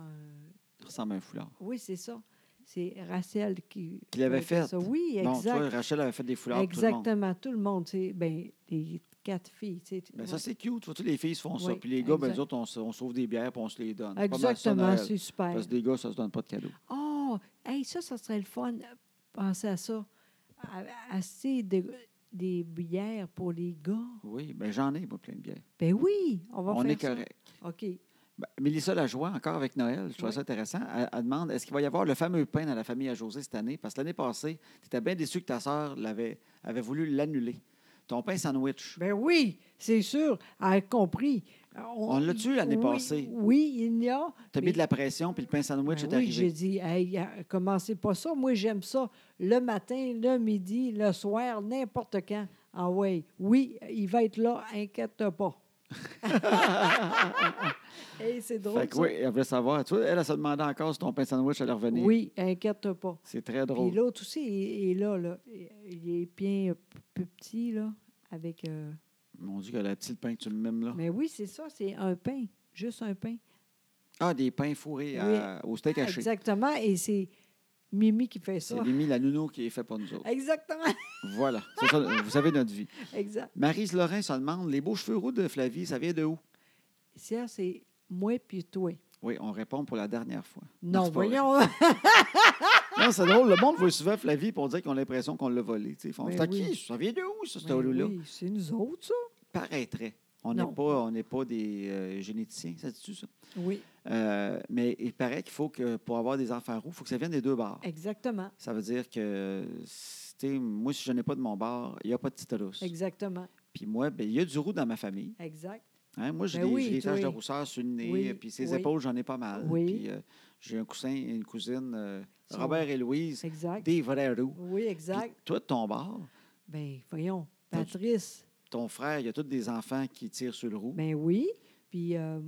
un- Ça ressemble à un foulard. Oui, c'est ça. C'est Rachel qui. Qui l'avait faisait fait. ça. Oui, exact. Non, toi, Rachel avait fait des foulards pour tout le monde. Exactement, tout le monde. c'est ben, les quatre filles. tu sais, Ben, ouais. Ça, c'est cute. Tu vois, les filles se font ça. Oui, Puis les gars, ben, exact. nous autres, on, se- on sauve des bières puis on se les donne. C'est pas mal ça, Exactement, Noël. c'est super. Parce que des gars, ça se donne pas de cadeaux. Oh, hey, ça, ça serait le fun. euh, Penser à ça. À- Acheter de- des bières pour les gars. Oui, ben j'en ai, moi, plein de bières. Ben oui, on va On faire est ça. correct. OK. Ben, Mélissa Lajoie, encore avec Noël, je trouve Oui. ça intéressant. Elle, elle demande est-ce qu'il va y avoir le fameux pain dans la famille à José cette année Parce que l'année passée, tu étais bien déçu que ta sœur l'avait, avait voulu l'annuler. Ton pain sandwich. Ben oui, c'est sûr. Elle a compris. Euh, On l'a tué l'année oui, passée. Oui, il y a. Tu as mais- mis de la pression, puis le pain sandwich Ben est oui, arrivé. j'ai dit, hey, euh, commencez pas ça. Moi, j'aime ça le matin, le midi, le soir, n'importe quand. Ah ouais, oui, il va être là, inquiète pas. hey, c'est drôle. Fait que ça. oui, elle voulait savoir. Tu vois, elle, elle se demandait encore si ton pain sandwich allait revenir. Oui, inquiète pas. C'est très Puis drôle. l'autre aussi, il est là, là. Il est bien euh, p- petit, là, avec... euh, Mon Dieu, que la petite pain que tu me mimes, là. Mais oui, c'est ça, c'est un pain, juste un pain. Ah, des pains fourrés Oui. à- au steak haché. Exactement. Et c'est Mimi qui fait ça. C'est Mimi, la nounou, qui est fait pour nous autres. Exactement. Voilà. C'est ça, vous savez notre vie. Exact. Marise Lorrain se demande les beaux cheveux roux de Flavie, ça vient de où? Ça, c'est moi puis toi. Oui, on répond pour la dernière fois. Non, c'est pas vrai. voyons. Non, c'est drôle. Le monde veut souvent Flavie pour dire qu'on a l'impression qu'on l'a volé. tu sais. Ils font, Ben C'est à oui. qui? Ça vient de où, ça, ce Ben là oui, c'est nous autres, ça. Paraîtrait. On Non. n'est pas, on n'est pas des euh, généticiens, ça dit-tu ça? Oui, Euh, mais il paraît qu'il faut que, pour avoir des enfants roux, il faut que ça vienne des deux bords. exactement. Ça veut dire que, si t'es- moi, si je n'ai pas de mon bord, il n'y a pas de petite rousse. Exactement. Puis moi, ben, il y a du roux dans ma famille. Exact. Hein, moi, j'ai Ben des, oui, j'ai des toi, taches de oui. rousseur sur le nez, Oui, euh, puis ses oui. épaules, j'en ai pas mal. Oui. Puis euh, j'ai un coussin et une cousine, euh, Sont- Robert et Louise, Exact. des vrais roux. Oui, Puis exact. toi, de ton bord, Ben, voyons. T'as du- Patrice. ton frère, il y a tous des enfants qui tirent sur le roux. Ben oui. Puis, euh,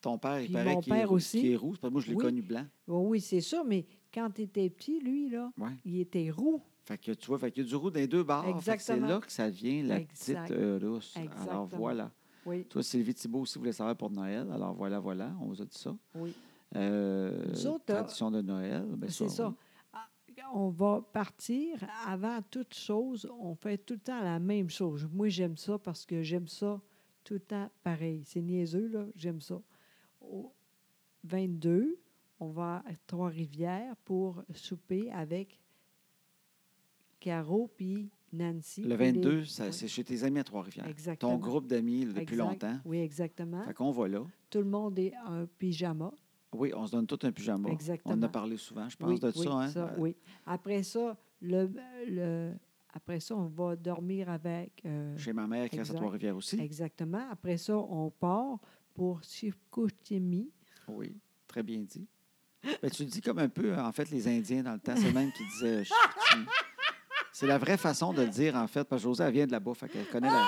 ton père, il puis paraît mon qu'il est, père roux- aussi. qu'il est roux. C'est parce que moi, je l'ai Oui. connu blanc. bon, oui, c'est sûr, mais quand tu étais petit, lui, là, Ouais. il était roux. Fait que tu vois, fait qu'il y a du roux dans les deux barres. Fait que C'est Exactement. là que ça vient la Exact. petite euh, rousse. Alors Exactement. voilà. Oui, Toi, Sylvie Thibault aussi voulait savoir pour Noël. Alors voilà, voilà, on vous a dit ça. oui. Euh, Nous autres, euh, tradition de Noël. ben c'est ça. oui. Ah, On va partir avant toute chose. On fait tout le temps la même chose. Moi, j'aime ça parce que j'aime ça tout le temps pareil. C'est niaiseux, là. J'aime ça. Au 22, on va à Trois-Rivières pour souper avec Caro puis Nancy. Le puis les- 22, ça- oui. c'est chez tes amis à Trois-Rivières. Exactement. Ton groupe d'amis là, depuis Exact. longtemps. Oui, exactement. Fait qu'on va là. Tout le monde est en pyjama. Oui, on se donne tout un pyjama. On en Exactement. a parlé souvent, je pense, de oui, ça. Hein? oui. Après ça, le, le- après ça, on va dormir avec. euh, Chez ma mère qui reste à Exact. Trois-Rivières aussi. exactement. Après ça, on part pour Chicoutimi. Oui, très bien dit. Ben, tu le dis comme un peu, en fait, les Indiens dans le temps, c'est le même qui disaient euh, Chicoutimi. C'est la vraie façon de le dire, en fait, parce que Josée, elle vient de là-bas, fait qu'elle connaît la,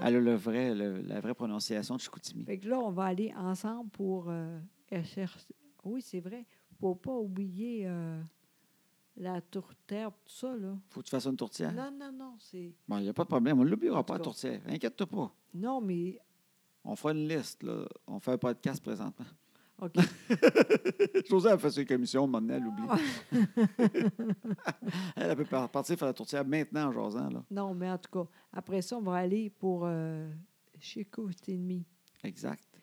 elle a le vrai, le- la vraie prononciation de Chicoutimi. Fait que là, on va aller ensemble pour euh, chercher. Oui, c'est vrai. Pour pas oublier euh, la tourterre, tout ça, là. Faut que tu fasses une tourtière. Non, non, non, c'est. Bon, il n'y a pas de problème, on ne l'oubliera En pas, tout la cas. tourtière. Inquiète-toi pas. Non, mais. On fera une liste, là. On fait un podcast présentement. OK. Josée, elle fait ses commissions, maintenant, elle oublie. elle, elle peut par- partir faire la tourtière maintenant en jasant, là. non, mais en tout cas, après ça, on va aller pour euh, Chicoutimi. Exact.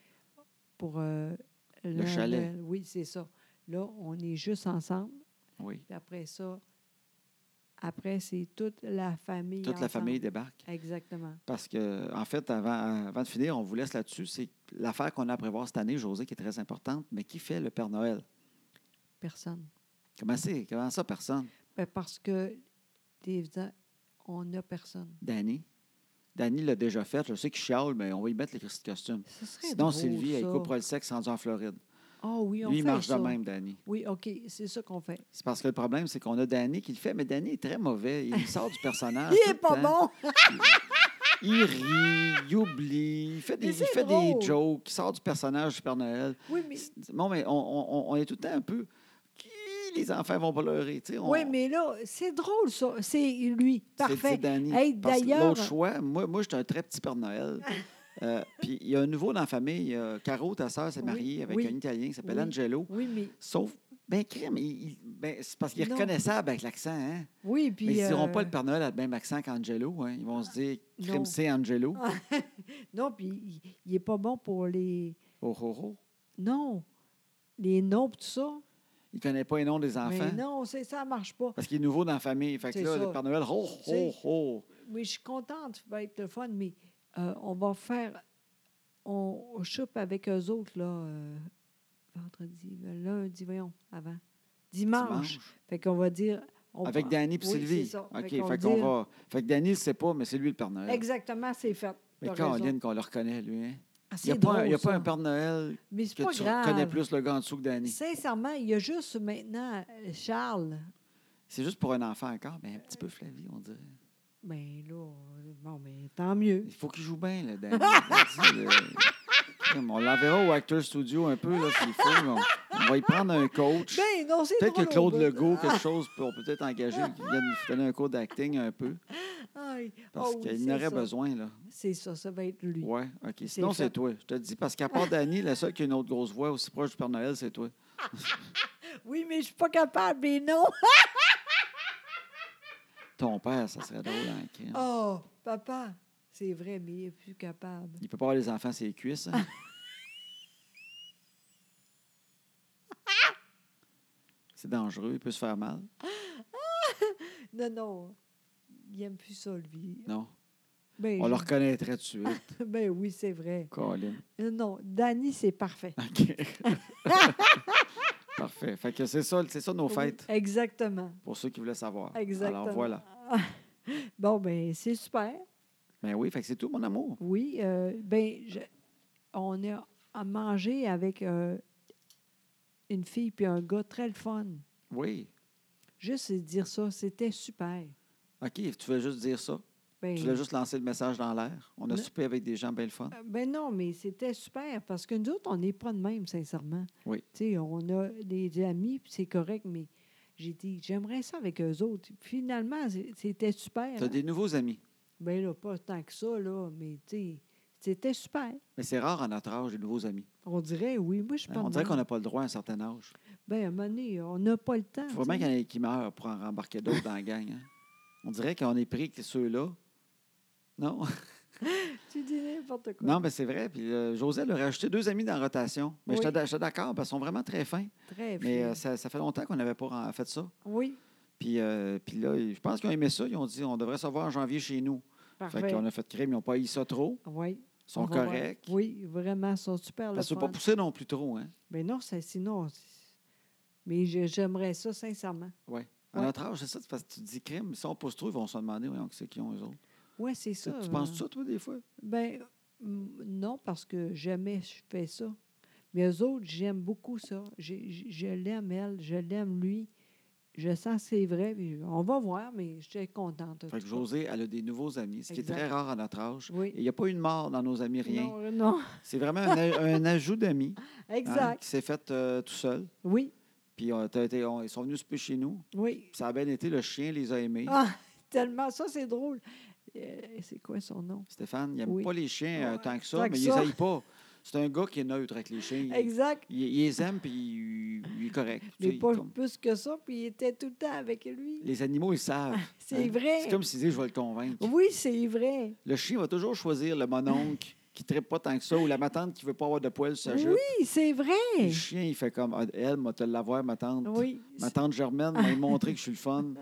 pour euh, le, chalet. le- oui, c'est ça. Là, on est juste ensemble. Oui. Puis après ça, après, c'est toute la famille. Toute la ensemble. famille débarque. Exactement. Parce que, en fait, avant, avant de finir, on vous laisse là-dessus. C'est l'affaire qu'on a à prévoir cette année, José, qui est très importante. Mais qui fait le Père Noël? Personne. Comment c'est? Comment ça, personne? Ben, parce que, t'es évident, on n'a personne. Danny? Danny l'a déjà fait. Je sais qu'il chiale, mais on va y mettre les Christ costumes. Ce serait Sinon, drôle, Sylvie, ça. elle coupera le sexe rendu en Floride. Ah oui, on Lui, il fait marche ça. de même, Danny. Oui, OK, c'est ça qu'on fait. C'est parce que le problème, c'est qu'on a Danny qui le fait, mais Danny est très mauvais. Il sort du personnage. il tout est le pas temps. bon! Il rit, il oublie, il fait des, Mais il c'est fait des drôle. jokes, il sort du personnage du Père Noël. Oui, mais, C'est- Bon, mais on, on- on- on est tout le temps un peu. Qui les enfants vont pleurer? tu sais, on- oui, mais là, c'est drôle, ça. C'est lui. c'est- C'est Parfait. Danny. Hey, Parce que d'ailleurs- L'autre choix, moi, moi j'étais un très petit Père Noël. Euh, Puis il y a un nouveau dans la famille. euh, Caro, ta sœur, s'est Oui, mariée avec oui, un Italien qui s'appelle oui. Angelo. Oui, mais. Sauf, ben, crime, il- il- ben, c'est parce qu'il est Non. reconnaissable avec l'accent. Hein? Oui, puis. mais ils ne diront euh, Ah, pas le Père Noël a le même accent qu'Angelo. hein. Ils vont se dire, crime, Non. Ah. c'est Angelo. Non, puis il- il est pas bon pour les. Oh, oh, oh. Non. Les noms, pis tout ça. Il ne connaît pas les noms des enfants. Mais non, c'est- ça ne marche pas. Parce qu'il est nouveau dans la famille. Fait que C'est là, le ça. Père Noël, oh, Tu oh, sais. oh. Oui, je suis contente, ça va être le fun, mais euh, on va faire. On, on chope avec eux autres, là, euh, vendredi, le lundi, voyons, avant. Dimanche. Dimanche. Fait qu'on va dire. on Avec prend- Danny puis Oui, Sylvie. c'est ça. OK, qu'on fait dit- qu'on va. Fait que Danny, il ne sait pas, mais c'est lui le Père Noël. Exactement, c'est fait. Mais T'as Caroline, raison. qu'on le reconnaît, lui. hein. Ah, Il n'y a, c'est pas un- drôle, il y a pas ça. un Père Noël Mais c'est que pas tu reconnais grave. plus le gars en dessous que Danny. Sincèrement, il y a juste maintenant euh, Charles. C'est juste pour un enfant encore, mais un petit peu Flavie, on dirait. Ben là, euh, bon, mais tant mieux. Il faut qu'il joue bien, là, Danny. Vas-y, là. Crime, On l'enverra au Actor Studio un peu, là, s'il faut. mais On, on va y prendre un coach. Ben Ah, non, c'est Peut-être que drôle, Claude au bout. Legault, quelque chose, on peut peut-être engager, qui vienne nous donner un cours d'acting un peu. Aïe. Parce Ah oui, qu'il c'est en aurait ça. besoin, là. C'est ça, ça va être lui. Oui, OK. Sinon, fait. c'est toi. Je te le dis, parce qu'à part Dani, la seule qui a une autre grosse voix aussi proche du Père Noël, c'est toi. Oui, mais je suis pas capable, mais non. Ton père, ça serait drôle, hein, crime. Oh, papa, c'est vrai, mais il n'est plus capable. Il peut pas avoir les enfants, ses cuisses. hein. c'est dangereux, il peut se faire mal. Non, non, il n'aime plus ça, lui. Non. Ben, On le je- reconnaîtrait tout de suite. ben oui, c'est vrai. Colin. Non, non, Danny, c'est parfait. OK. Parfait. Fait que c'est ça, c'est ça nos Oui, fêtes, Exactement. pour ceux qui voulaient savoir. Exactement. Alors voilà. Bon, ben c'est super. Ben oui, fait que c'est tout, mon amour. Oui, euh, ben je- on a à manger avec euh, une fille puis un gars très le fun. Oui. Juste dire ça, c'était super. OK, tu veux juste dire ça? Ben, Tu voulais juste lancer le message dans l'air. On a Non. soupé avec des gens bien le fun. Euh, Ben non, mais c'était super parce que nous autres, on n'est pas de même, sincèrement. Oui. Tu sais, on a des amis, puis c'est correct, mais j'ai dit, j'aimerais ça avec eux autres. Finalement, c'est- c'était super. hein. Tu as des nouveaux amis. Ben là, pas tant que ça, là, mais tu sais, c'était super. Mais c'est rare à notre âge, des nouveaux amis. On dirait, oui, moi, je suis Hein, pas On de dirait même. qu'on n'a pas le droit à un certain âge. Ben, à un moment donné, on n'a pas le temps. Il faut bien tu qu'il sais. y en ait qui meurent pour en rembarquer d'autres dans la gang. hein. On dirait qu'on est pris que ceux-là. Non? Tu dis n'importe quoi. Non, mais c'est vrai. Puis euh, Joselle aurait acheté deux amis dans la rotation. Mais Oui. j'étais d'a- j'étais d'accord, parce qu'ils sont vraiment très fins. Très Mais fin. euh, ça, ça fait longtemps qu'on n'avait pas en- fait ça. Oui, Puis, euh, puis là, ils- je pense qu'ils ont aimé ça. Ils ont dit on devrait se voir en janvier chez nous. Fait parfait. qu'on a fait crime, ils n'ont pas eu ça trop. Oui. Ils sont on va voir. corrects. Oui, vraiment, ils sont super. le Parce qu'ils ne fun. pas poussé non plus trop. Hein? Mais non, ça, sinon. c'est- Mais je- j'aimerais ça sincèrement. À Ouais. notre âge, c'est ça, c'est parce que tu te dis crime, si on pousse trop, ils vont se demander voyons, c'est qui ont eux autres. Oui, c'est Tu, ça. tu euh, penses ça, toi, des fois? Ben, m- non, parce que jamais je fais ça. Mais eux autres, j'aime beaucoup ça. J'ai- j- je l'aime, elle, je l'aime, lui. Je sens que c'est vrai. puis on va voir, mais je suis contente. en Fait que tout cas. José, elle a des nouveaux amis, ce qui Exact. est très rare à notre âge. Oui. Et Il n'y a pas eu de mort dans nos amis, rien. Non, non. C'est vraiment un, a- un ajout d'amis hein, Exact. qui s'est fait euh, tout seul. Oui, Puis on- t'as été- on- ils sont venus souper chez nous. oui. Ça a bien été, le chien les a aimés. Ah, tellement ça, c'est drôle. Euh, c'est quoi son nom? Stéphane, il n'aime Oui. pas les chiens euh, Ouais, tant que ça, tant que mais il ça. les aille pas. C'est un gars qui est neutre avec les chiens. Il- Exact. Il, il les aime, puis il, il est correct. Tu sais, Mais il- pas comme- plus que ça, puis il était tout le temps avec lui. les animaux, ils savent. C'est hein. vrai. C'est comme s'ils disaient, je vais le convaincre. Oui, c'est vrai. Le chien va toujours choisir le mononcle qui ne pas tant que ça, ou la matante qui ne veut pas avoir de poils sur sa jupe. Oui, c'est Le vrai. chien, il fait comme, Ah, elle, moi, te l'avoir, ma tante. Oui, Ma tante Germaine m'a montré que je suis le fun.